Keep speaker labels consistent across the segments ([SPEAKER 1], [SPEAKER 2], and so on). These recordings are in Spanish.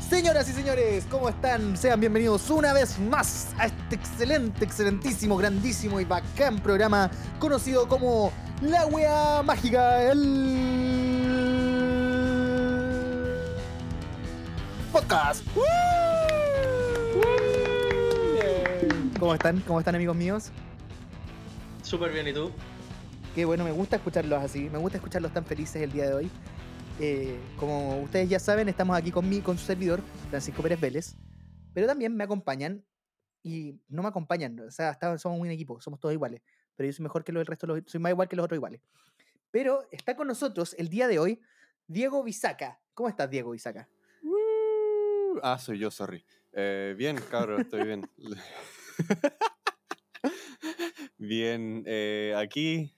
[SPEAKER 1] Señoras y señores, ¿cómo están? Sean bienvenidos una vez más a este excelente, excelentísimo, grandísimo y bacán programa conocido como La Wea Mágica, el podcast. ¡Woo! ¿Cómo están? ¿Cómo están amigos míos?
[SPEAKER 2] Súper bien, ¿y tú?
[SPEAKER 1] Qué bueno, me gusta escucharlos así, me gusta escucharlos tan felices el día de hoy. Eh, como ustedes ya saben, estamos aquí con, mi, con su servidor, Francisco Pérez Vélez, pero también me acompañan y no me acompañan, o sea, está- somos un equipo, somos todos iguales, pero yo soy mejor que los del resto, de los- soy más igual que los otros iguales. Pero está con nosotros el día de hoy Diego Bisaca. ¿Cómo estás, Diego Bisaca?
[SPEAKER 3] Ah, soy yo, sorry. Eh, bien, cabrón, estoy bien. bien, eh, aquí,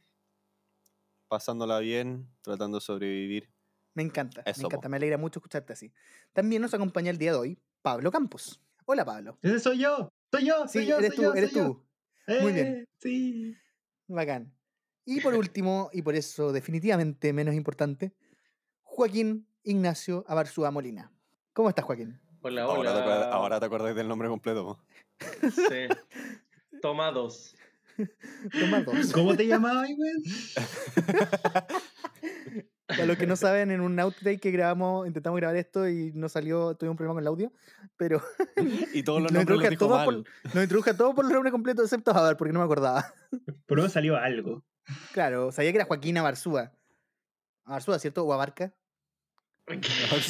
[SPEAKER 3] pasándola bien, tratando de sobrevivir.
[SPEAKER 1] Me encanta,
[SPEAKER 3] Eso,
[SPEAKER 1] me
[SPEAKER 3] po.
[SPEAKER 1] encanta, me alegra mucho escucharte así. También nos acompaña el día de hoy Pablo Campos. Hola, Pablo.
[SPEAKER 2] Ese soy yo, soy yo,
[SPEAKER 1] Sí,
[SPEAKER 2] soy yo,
[SPEAKER 1] eres
[SPEAKER 2] soy
[SPEAKER 1] tú,
[SPEAKER 2] yo,
[SPEAKER 1] eres
[SPEAKER 2] soy yo.
[SPEAKER 1] tú. Muy bien.
[SPEAKER 2] Eh, Sí.
[SPEAKER 1] Bacán. Y por último, y por eso definitivamente menos importante, Joaquín Ignacio Abarzúa Molina. ¿Cómo estás, Joaquín?
[SPEAKER 2] Hola,
[SPEAKER 3] Ahora, te acuerdas,
[SPEAKER 2] hola.
[SPEAKER 3] ahora te acordáis del nombre completo. po.
[SPEAKER 2] Sí. Toma dos.
[SPEAKER 1] Toma dos.
[SPEAKER 4] ¿Cómo te llamabas, güey?
[SPEAKER 1] Para los que no saben, en un outtake que grabamos, intentamos grabar esto y no salió, tuvimos un problema con el audio, pero
[SPEAKER 3] Y todos los
[SPEAKER 1] Lo
[SPEAKER 3] nombres
[SPEAKER 1] introduje
[SPEAKER 3] los dijo
[SPEAKER 1] todo por-
[SPEAKER 3] mal.
[SPEAKER 1] nos introdujo a todo por el nombre completo, excepto a Abar, porque no me acordaba.
[SPEAKER 4] Por lo menos salió algo.
[SPEAKER 1] Claro, sabía que era Joaquín Abarzúa. Abarzúa, ¿cierto? O Abarca.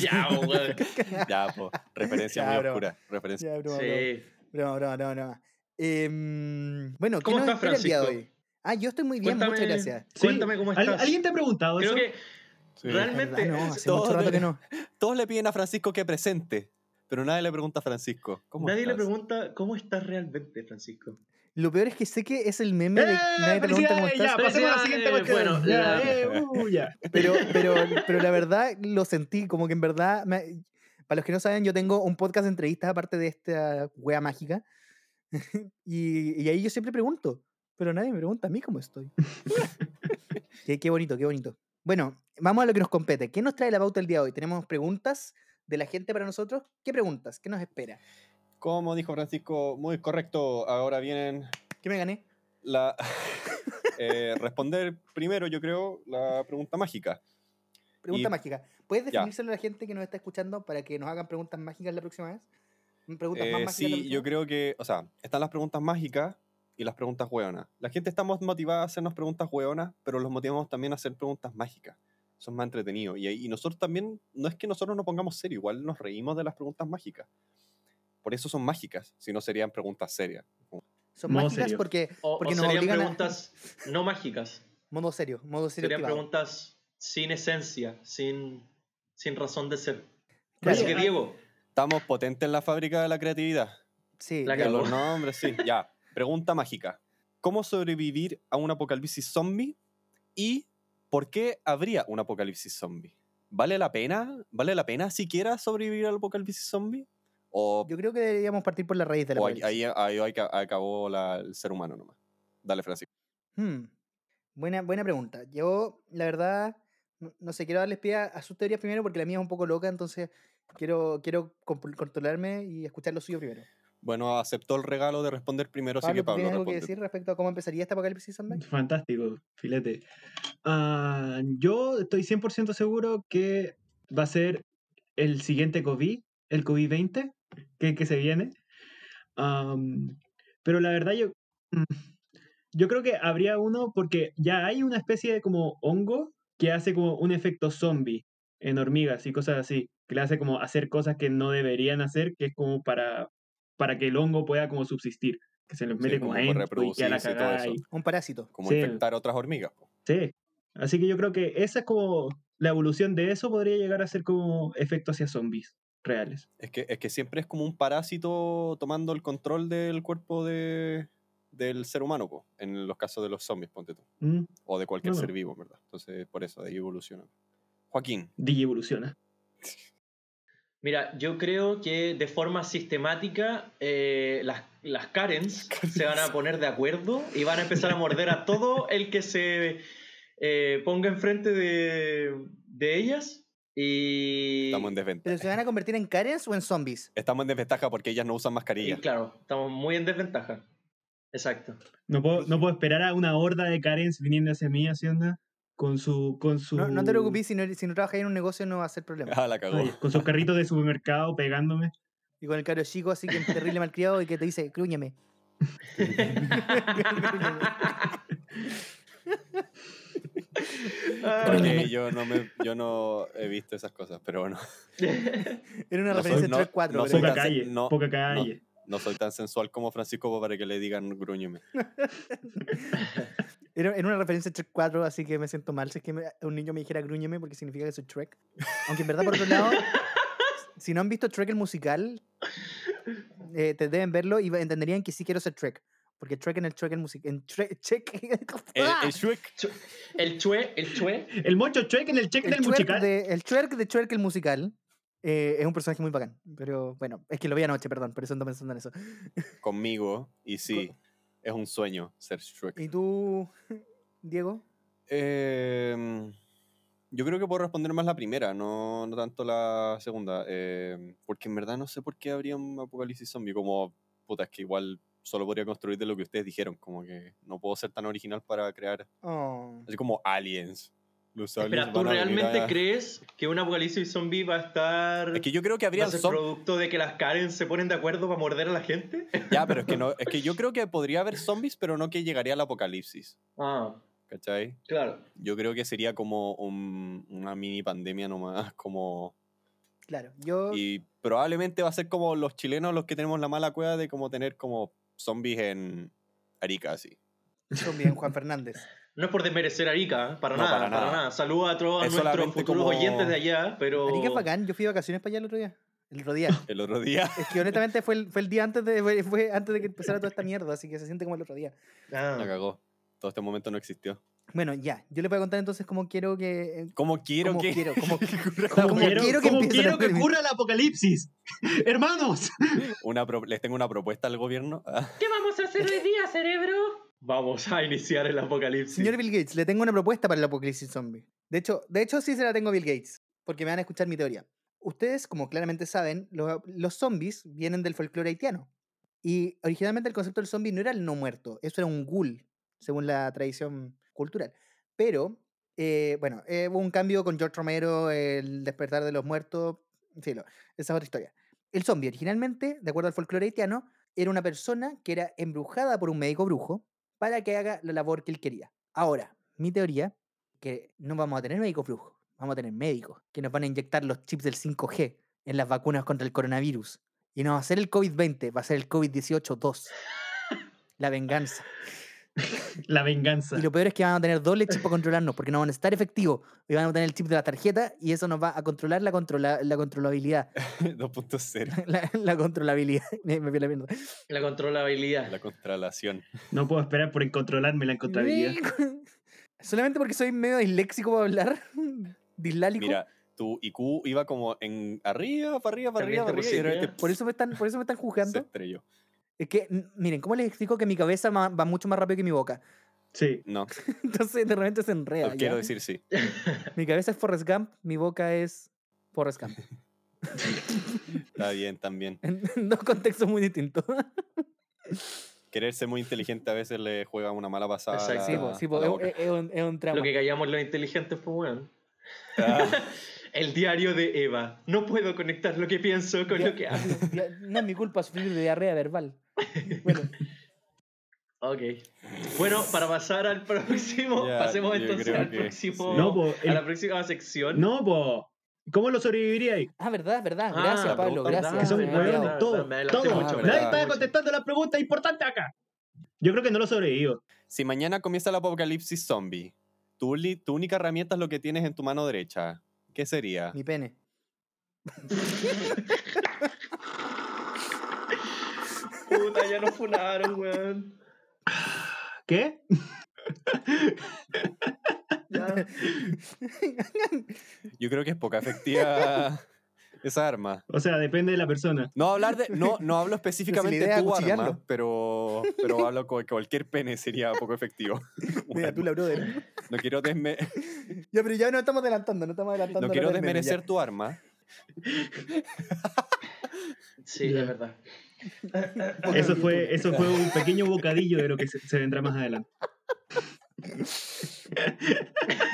[SPEAKER 2] ya, weón.
[SPEAKER 3] Ya, po, referencia
[SPEAKER 1] Ya,
[SPEAKER 3] muy
[SPEAKER 1] bro.
[SPEAKER 3] oscura. Referencia.
[SPEAKER 1] Ya, broma, broma.
[SPEAKER 2] Sí.
[SPEAKER 1] No, no, no, no. Em, bueno, ¿qué
[SPEAKER 2] ¿Cómo
[SPEAKER 1] nos
[SPEAKER 2] estás,
[SPEAKER 1] espera el día de
[SPEAKER 2] Francisco?
[SPEAKER 1] hoy? Ah, yo estoy muy bien, muchas gracias.
[SPEAKER 4] Sí.
[SPEAKER 2] Cuéntame cómo
[SPEAKER 4] ¿Al-
[SPEAKER 2] estás.
[SPEAKER 4] ¿Alguien te ha preguntado
[SPEAKER 2] Creo
[SPEAKER 4] eso?
[SPEAKER 2] que
[SPEAKER 3] Sí.
[SPEAKER 1] La
[SPEAKER 2] realmente.
[SPEAKER 1] verdad, no, hace
[SPEAKER 3] todo
[SPEAKER 1] mucho rato
[SPEAKER 3] de-
[SPEAKER 1] que no.
[SPEAKER 3] Todos le piden a Francisco que presente, pero nadie le pregunta a Francisco. ¿cómo
[SPEAKER 2] Nadie le
[SPEAKER 3] estás?
[SPEAKER 2] pregunta cómo estás realmente, Francisco.
[SPEAKER 1] Lo peor es que sé que es el meme de
[SPEAKER 4] ¡Eh!
[SPEAKER 1] nadie te pregunta cómo
[SPEAKER 4] ¡Felicidades! Ya,
[SPEAKER 1] estás,
[SPEAKER 4] pasemos a la siguiente
[SPEAKER 2] Felicidades,
[SPEAKER 4] cuestión.
[SPEAKER 2] bueno, ya.
[SPEAKER 4] ya, eh, uh, ya.
[SPEAKER 1] pero, pero, pero la verdad lo sentí, como que en verdad, me- para los que no saben, yo tengo un podcast de entrevistas aparte de esta wea mágica, y, y ahí yo siempre pregunto, pero nadie me pregunta a mí cómo estoy. qué, qué bonito, qué bonito. Bueno, vamos a lo que nos compete. ¿Qué nos trae la pauta el día de hoy? Tenemos preguntas de la gente para nosotros. ¿Qué preguntas? ¿Qué nos espera?
[SPEAKER 3] Como dijo Francisco, muy correcto. Ahora vienen
[SPEAKER 1] ¿Qué me gané?
[SPEAKER 3] la, eh, responder primero, yo creo, la pregunta mágica.
[SPEAKER 1] Pregunta
[SPEAKER 3] Y-
[SPEAKER 1] mágica. ¿Puedes
[SPEAKER 3] ya.
[SPEAKER 1] definírselo a la gente que nos está escuchando para que nos hagan preguntas mágicas la próxima vez? Preguntas más
[SPEAKER 3] Eh,
[SPEAKER 1] mágicas. la
[SPEAKER 3] sí,
[SPEAKER 1] próxima
[SPEAKER 3] yo creo que, o sea, están las preguntas mágicas y las preguntas hueonas. La gente está más motivada a hacernos preguntas hueonas, pero los motivamos también a hacer preguntas mágicas. Son más entretenidos. Y, ahí- y nosotros también, no es que nosotros nos pongamos serio, igual nos reímos de las preguntas mágicas. Por eso son mágicas, si no serían preguntas serias.
[SPEAKER 1] vez? Son
[SPEAKER 4] Modo
[SPEAKER 1] mágicas
[SPEAKER 4] serio.
[SPEAKER 1] porque
[SPEAKER 2] O, o
[SPEAKER 1] Porque nos
[SPEAKER 2] serían
[SPEAKER 1] obligan a-
[SPEAKER 2] preguntas no mágicas.
[SPEAKER 1] modo serio, modo serio.
[SPEAKER 2] Serían
[SPEAKER 1] activado.
[SPEAKER 2] preguntas sin esencia, sin, sin razón de ser.
[SPEAKER 1] Claro.
[SPEAKER 2] Así que, Diego,
[SPEAKER 3] Estamos potentes en la fábrica de la creatividad.
[SPEAKER 1] Sí,
[SPEAKER 2] la
[SPEAKER 1] ya.
[SPEAKER 3] Con
[SPEAKER 2] cagó.
[SPEAKER 3] los nombres, sí, ya. Pregunta mágica. ¿Cómo sobrevivir a un apocalipsis zombie? ¿Y por qué habría un apocalipsis zombie? ¿Vale la pena? ¿Vale la pena siquiera sobrevivir al apocalipsis zombie? ¿O,
[SPEAKER 1] yo creo que deberíamos partir por la raíz de la
[SPEAKER 3] o ahí,
[SPEAKER 1] apocalipsis.
[SPEAKER 3] ahí- ahí hay que- acabó la- el ser humano nomás? Dale, Francisco.
[SPEAKER 1] Hmm. Buena, buena pregunta. Yo, la verdad, no, no sé, quiero darles pie a, a sus teorías primero porque la mía es un poco loca, entonces quiero, quiero compul- controlarme y escuchar lo suyo primero.
[SPEAKER 3] Bueno, aceptó el regalo de responder primero, así
[SPEAKER 1] Pablo,
[SPEAKER 3] que
[SPEAKER 1] ¿tú
[SPEAKER 3] Pablo
[SPEAKER 1] ¿tienes algo que
[SPEAKER 3] responde.
[SPEAKER 1] decir respecto a cómo empezaría esta apocalipsis zombie?
[SPEAKER 4] Fantástico, filete. Ah, yo estoy 100% seguro que va a ser el siguiente COVID, el COVID-20, que, que se viene. Am, pero la verdad, yo, mm, yo creo que habría uno porque ya hay una especie de como hongo que hace como un efecto zombie en hormigas y cosas así, que le hace como hacer cosas que no deberían hacer, que es como para, para que el hongo pueda como subsistir, que se los
[SPEAKER 3] Sí,
[SPEAKER 4] mete como,
[SPEAKER 3] como para
[SPEAKER 4] adentro y queda la
[SPEAKER 3] reproducirse y todo
[SPEAKER 4] cagada
[SPEAKER 3] eso.
[SPEAKER 4] y-
[SPEAKER 1] Un parásito.
[SPEAKER 3] Como
[SPEAKER 4] Sí.
[SPEAKER 3] infectar a otras hormigas. po.
[SPEAKER 4] Sí. Así que yo creo que esa es como la evolución de eso podría llegar a ser como efecto hacia zombies reales.
[SPEAKER 3] Es que, es que siempre es como un parásito tomando el control del cuerpo de, del ser humano, po, en los casos de los zombies, ponte tú.
[SPEAKER 4] Mm,
[SPEAKER 3] o de cualquier
[SPEAKER 4] Bueno.
[SPEAKER 3] ser vivo, ¿verdad? Entonces, por eso, de ahí evoluciona. Joaquín,
[SPEAKER 4] Digi evoluciona.
[SPEAKER 2] Mira, yo creo que de forma sistemática eh, las, las Karens se van a poner de acuerdo y van a empezar a morder a todo el que se eh, ponga enfrente de, de ellas Y,
[SPEAKER 3] Estamos en desventaja.
[SPEAKER 1] ¿Pero se van a convertir en Karens o en zombies?
[SPEAKER 3] Estamos en desventaja porque ellas no usan
[SPEAKER 2] y
[SPEAKER 3] mascarilla.
[SPEAKER 2] claro, estamos muy en desventaja. Exacto.
[SPEAKER 4] No puedo, no puedo esperar a una horda de Karens viniendo hacia mí, ¿sí onda? Con su. Con su
[SPEAKER 1] No, no te preocupes, si no, si no trabajas en un negocio no va a ser problema.
[SPEAKER 3] Ah, la cagó.
[SPEAKER 4] Ay, con sus carritos de supermercado pegándome.
[SPEAKER 1] Y con el caro chico así que terrible malcriado y que te dice, crúñeme.
[SPEAKER 2] Ay.
[SPEAKER 3] Oye, yo no, me, yo no he visto esas cosas, pero bueno.
[SPEAKER 1] Era una
[SPEAKER 3] No soy-
[SPEAKER 1] referencia
[SPEAKER 3] no-
[SPEAKER 1] en 3-4.
[SPEAKER 3] no
[SPEAKER 1] pero-
[SPEAKER 3] soy
[SPEAKER 4] Poca
[SPEAKER 3] tan-
[SPEAKER 4] calle.
[SPEAKER 3] no,
[SPEAKER 4] poca calle.
[SPEAKER 3] No soy tan sensual como Francisco como para que le digan gruñeme.
[SPEAKER 1] Era, era una referencia Trek 4, así que me siento mal si es que me- un niño me dijera grúñeme porque significa que soy Trek. Aunque en verdad, por otro lado, si no han visto Trek el musical, eh, te deben verlo y va- entenderían que sí quiero ser Trek. Porque Trek en el Trek el musical. En Trek.
[SPEAKER 3] Eh, El,
[SPEAKER 1] Ah.
[SPEAKER 3] el Shrek.
[SPEAKER 2] El chue, el chue.
[SPEAKER 4] El mocho check en el check
[SPEAKER 1] el
[SPEAKER 4] del
[SPEAKER 1] Shrek
[SPEAKER 4] musical.
[SPEAKER 1] de, el Shrek de Shrek el musical eh, es un personaje muy bacán. Pero bueno, es que lo vi anoche, perdón, por eso ando pensando en eso.
[SPEAKER 3] conmigo y sí, es un sueño ser Shrek.
[SPEAKER 1] ¿Y tú, Diego?
[SPEAKER 3] Em, yo creo que puedo responder más la primera, no, no tanto la segunda, em, porque en verdad no sé por qué habría un apocalipsis zombie, como puta, es que igual solo podría construir de lo que ustedes dijeron, como que no puedo ser tan original para crear,
[SPEAKER 1] Oh.
[SPEAKER 3] así como aliens. Los aliens
[SPEAKER 2] Espera, ¿tú
[SPEAKER 3] van a venir
[SPEAKER 2] realmente
[SPEAKER 3] a-
[SPEAKER 2] crees que un apocalipsis zombie va a estar...
[SPEAKER 3] Es que yo creo que
[SPEAKER 2] ¿Va
[SPEAKER 3] habría
[SPEAKER 2] a ser
[SPEAKER 3] zombies.
[SPEAKER 2] producto de que las Karen se ponen de acuerdo para morder a la gente?
[SPEAKER 3] Ya, pero es que, no, es que yo creo que podría haber zombies, pero no que llegaría al apocalipsis.
[SPEAKER 2] Ah,
[SPEAKER 3] ¿Cachai?
[SPEAKER 2] claro.
[SPEAKER 3] Yo creo que sería como un- una mini pandemia nomás, como...
[SPEAKER 1] Claro, yo.
[SPEAKER 3] Y probablemente va a ser como los chilenos los que tenemos la mala cueva de como tener como zombies en Arica, así.
[SPEAKER 1] Zombie en Juan Fernández.
[SPEAKER 2] No es por desmerecer a Arica, ¿eh? para
[SPEAKER 3] No,
[SPEAKER 2] nada,
[SPEAKER 3] para
[SPEAKER 2] para nada.
[SPEAKER 3] nada.
[SPEAKER 2] Saludos a todos
[SPEAKER 3] Es
[SPEAKER 2] nuestros
[SPEAKER 3] solamente
[SPEAKER 2] futuros
[SPEAKER 3] como-
[SPEAKER 2] oyentes de allá, pero...
[SPEAKER 1] Arica es bacán, yo fui de vacaciones para allá el otro día. El otro día.
[SPEAKER 3] El otro día,
[SPEAKER 1] Es que honestamente fue el, fue el día antes de, fue, fue antes de que empezara toda esta mierda, así que se siente como el otro día.
[SPEAKER 3] la
[SPEAKER 2] Ah,
[SPEAKER 3] cagó. Todo este momento no existió.
[SPEAKER 1] Bueno, ya, yo les voy a contar entonces cómo quiero que... eh,
[SPEAKER 3] Como quiero
[SPEAKER 1] cómo
[SPEAKER 3] que...
[SPEAKER 1] quiero, cómo-
[SPEAKER 4] Como
[SPEAKER 1] como
[SPEAKER 4] quiero,
[SPEAKER 1] quiero que
[SPEAKER 4] como
[SPEAKER 1] empiece la
[SPEAKER 4] quiero que
[SPEAKER 1] pandemia.
[SPEAKER 4] ocurra el apocalipsis. Hermanos.
[SPEAKER 3] Una pro- Les tengo una propuesta al gobierno.
[SPEAKER 2] ¿Qué vamos a hacer hoy día, cerebro? Vamos a iniciar el apocalipsis.
[SPEAKER 1] Señor Bill Gates, le tengo una propuesta para el apocalipsis zombie. De hecho, de hecho sí se la tengo a Bill Gates, porque me van a escuchar mi teoría. Ustedes, como claramente saben, lo- los zombies vienen del folclore haitiano. Y originalmente el concepto del zombie no era el no muerto, eso era un ghoul, según la tradición cultural. Pero, eh, bueno, eh, hubo un cambio con George Romero, el despertar de los muertos, en fin, lo- esa es otra historia. El zombie originalmente, de acuerdo al folclore haitiano, era una persona que era embrujada por un médico brujo para que haga la labor que él quería. Ahora, mi teoría, que no vamos a tener médicos brujos, vamos a tener médicos que nos van a inyectar los chips del 5G en las vacunas contra el coronavirus. Y no va a ser el COVID-20, va a ser el COVID-18-2. La venganza.
[SPEAKER 4] La venganza.
[SPEAKER 1] Y lo peor es que van a tener doble chip para controlarnos, porque no van a estar efectivos. Y van a tener el chip de la tarjeta y eso nos va a controlar la, controla- la controlabilidad.
[SPEAKER 3] 2.0.
[SPEAKER 1] La, la controlabilidad. Me me fui a la mierda.
[SPEAKER 2] La controlabilidad.
[SPEAKER 3] La constelación.
[SPEAKER 4] No puedo esperar por incontrolarme la incontrabilidad.
[SPEAKER 1] Solamente porque soy medio disléxico para hablar. Dislálico.
[SPEAKER 3] Mira, tu IQ iba como en arriba, para arriba, para arriba, para arriba. y de repente
[SPEAKER 1] Por eso me están, por eso me están
[SPEAKER 3] se
[SPEAKER 1] juzgando.
[SPEAKER 3] estrelló.
[SPEAKER 1] Es que, mm, miren, ¿cómo les explico que mi cabeza ma- va mucho más rápido que mi boca?
[SPEAKER 4] Sí.
[SPEAKER 3] No,
[SPEAKER 1] Entonces de repente se enreda.
[SPEAKER 3] quiero
[SPEAKER 1] ¿ya?
[SPEAKER 3] decir sí.
[SPEAKER 1] Mi cabeza es Forrest Gump, mi boca es Forrest Gump.
[SPEAKER 3] Está bien, también.
[SPEAKER 1] En en dos contextos muy distintos.
[SPEAKER 3] Querer ser muy inteligente a veces le juega una mala pasada. a la-
[SPEAKER 1] sí, po, sí, po, Eh,
[SPEAKER 3] a la
[SPEAKER 1] es-
[SPEAKER 3] boca.
[SPEAKER 1] es, es un, es un trauma.
[SPEAKER 2] Lo que callamos los inteligentes, pues bueno.
[SPEAKER 3] Ah.
[SPEAKER 2] El diario de Eva. No puedo conectar lo que pienso con
[SPEAKER 1] Ya-
[SPEAKER 2] lo que hago.
[SPEAKER 1] ya- no es mi culpa sufrir de diarrea verbal. Bueno,
[SPEAKER 2] Ok. Bueno, para pasar al próximo,
[SPEAKER 3] Ya,
[SPEAKER 2] pasemos
[SPEAKER 3] yo
[SPEAKER 2] entonces
[SPEAKER 3] creo
[SPEAKER 2] al
[SPEAKER 3] que
[SPEAKER 2] próximo,
[SPEAKER 3] sí.
[SPEAKER 4] No, po,
[SPEAKER 2] a
[SPEAKER 4] el-
[SPEAKER 2] la próxima sección.
[SPEAKER 4] No, po. ¿Cómo lo sobreviviríais?
[SPEAKER 1] ah, verdad, verdad.
[SPEAKER 2] Ah,
[SPEAKER 1] Gracias,
[SPEAKER 3] la
[SPEAKER 1] Pablo.
[SPEAKER 3] pregunta-
[SPEAKER 1] Gracias.
[SPEAKER 4] Que son
[SPEAKER 1] me había
[SPEAKER 4] hueones
[SPEAKER 1] olvidado.
[SPEAKER 4] todos,
[SPEAKER 2] me adelanté
[SPEAKER 4] todos.
[SPEAKER 1] mucho, me
[SPEAKER 4] Nadie
[SPEAKER 1] adelanté
[SPEAKER 4] está contestando las preguntas importantes acá. Yo creo que no lo sobrevivo.
[SPEAKER 3] Si mañana comienza el apocalipsis zombie, tu, li- tu única herramienta es lo que tienes en tu mano derecha. ¿Qué sería?
[SPEAKER 1] Mi pene.
[SPEAKER 2] Puta, ya nos funaron, weón.
[SPEAKER 4] ¿Qué?
[SPEAKER 2] Ya.
[SPEAKER 3] Yo creo que es poca efectiva Esa arma.
[SPEAKER 4] O sea, depende de la persona.
[SPEAKER 3] No hablar de, no, no hablo específicamente
[SPEAKER 1] idea
[SPEAKER 3] de
[SPEAKER 1] es
[SPEAKER 3] tu arma,
[SPEAKER 1] acuchillarlo.
[SPEAKER 3] pero, pero hablo con cualquier pene sería poco efectivo.
[SPEAKER 1] Mira, tú la brother.
[SPEAKER 3] No quiero, desme-
[SPEAKER 1] Ya, pero ya no estamos adelantando, no estamos adelantando.
[SPEAKER 3] no
[SPEAKER 1] la
[SPEAKER 3] quiero
[SPEAKER 1] del meme, ya.
[SPEAKER 3] desmerecer tu arma.
[SPEAKER 2] Sí,
[SPEAKER 4] Ya.
[SPEAKER 2] es verdad.
[SPEAKER 4] Eso fue, eso fue un pequeño bocadillo de lo que se, se vendrá más adelante.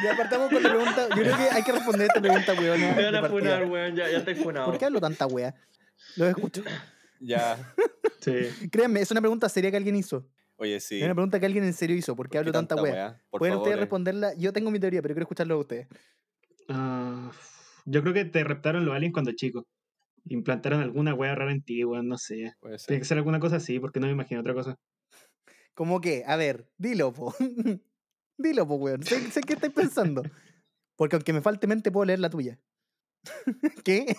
[SPEAKER 1] Ya partamos con la pregunta. Yo creo que hay que responder esta pregunta, weón.
[SPEAKER 2] Me van a funar, weón. Ya, ya te he funado.
[SPEAKER 1] ¿Por qué hablo tanta wea? Los escucho.
[SPEAKER 3] Ya.
[SPEAKER 4] Sí.
[SPEAKER 1] Créanme, es una pregunta seria que alguien hizo.
[SPEAKER 3] Oye, sí.
[SPEAKER 1] Es una pregunta que alguien en serio hizo. ¿Por qué hablo tanta, wea?
[SPEAKER 3] Por
[SPEAKER 1] Pueden
[SPEAKER 3] favor,
[SPEAKER 1] ustedes
[SPEAKER 3] eh.
[SPEAKER 1] responderla. Yo tengo mi teoría, pero quiero escucharlo a ustedes.
[SPEAKER 4] Ah, yo creo que te raptaron los aliens cuando chico. Implantaron alguna wea rara en ti, weón, no sé.
[SPEAKER 3] Puede ser.
[SPEAKER 4] Tiene que ser alguna cosa así, porque no me imagino otra cosa.
[SPEAKER 1] ¿Cómo que? A ver, dilo, po. dilo, po, weón. Sé, sé qué estáis pensando. Porque aunque me falte mente, puedo leer la tuya. ¿Qué?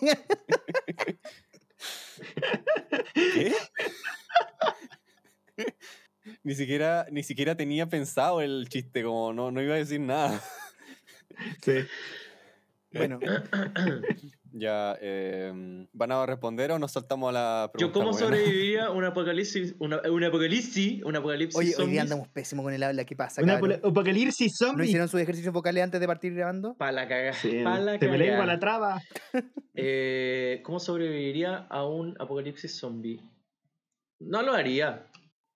[SPEAKER 3] ¿Qué? ni, siquiera, ni siquiera tenía pensado el chiste, como no, no iba a decir nada.
[SPEAKER 4] Sí.
[SPEAKER 1] bueno,
[SPEAKER 3] Ya, eh, ¿van a responder o nos saltamos a la
[SPEAKER 2] Yo,
[SPEAKER 3] pregunta?
[SPEAKER 2] ¿cómo
[SPEAKER 3] weona?
[SPEAKER 2] sobreviviría un apocalipsis? Una, un apocalipsis, un apocalipsis
[SPEAKER 1] oye, hoy
[SPEAKER 2] zombies
[SPEAKER 1] día andamos pésimo con el habla. ¿Qué pasa,
[SPEAKER 4] Una
[SPEAKER 1] cabrón?
[SPEAKER 4] apole- apocalipsis
[SPEAKER 1] ¿No
[SPEAKER 4] zombie.
[SPEAKER 1] hicieron sus ejercicios vocales antes de partir grabando?
[SPEAKER 2] Pa' la cagada.
[SPEAKER 4] Sí,
[SPEAKER 2] pa' la
[SPEAKER 4] te peleo
[SPEAKER 2] cagá.
[SPEAKER 4] a la traba.
[SPEAKER 2] Eh, ¿Cómo sobreviviría a un apocalipsis zombie? No lo haría.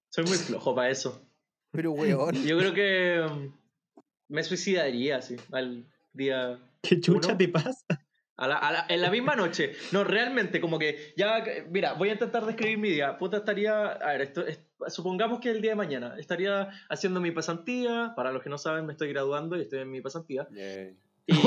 [SPEAKER 2] Soy muy flojo para eso.
[SPEAKER 1] Pero, weón.
[SPEAKER 2] Yo creo que mm, me suicidaría, sí, al día.
[SPEAKER 4] ¿Qué chucha
[SPEAKER 2] Uno.
[SPEAKER 4] te pasa?
[SPEAKER 2] A la- a la- en la misma noche. No, realmente, como que ya. Mira, voy a intentar describir mi día. Puta, estaría. A ver, esto, es- supongamos que el día de mañana. Estaría haciendo mi pasantía. Para los que no saben, me estoy graduando y estoy en mi pasantía.
[SPEAKER 3] Yay.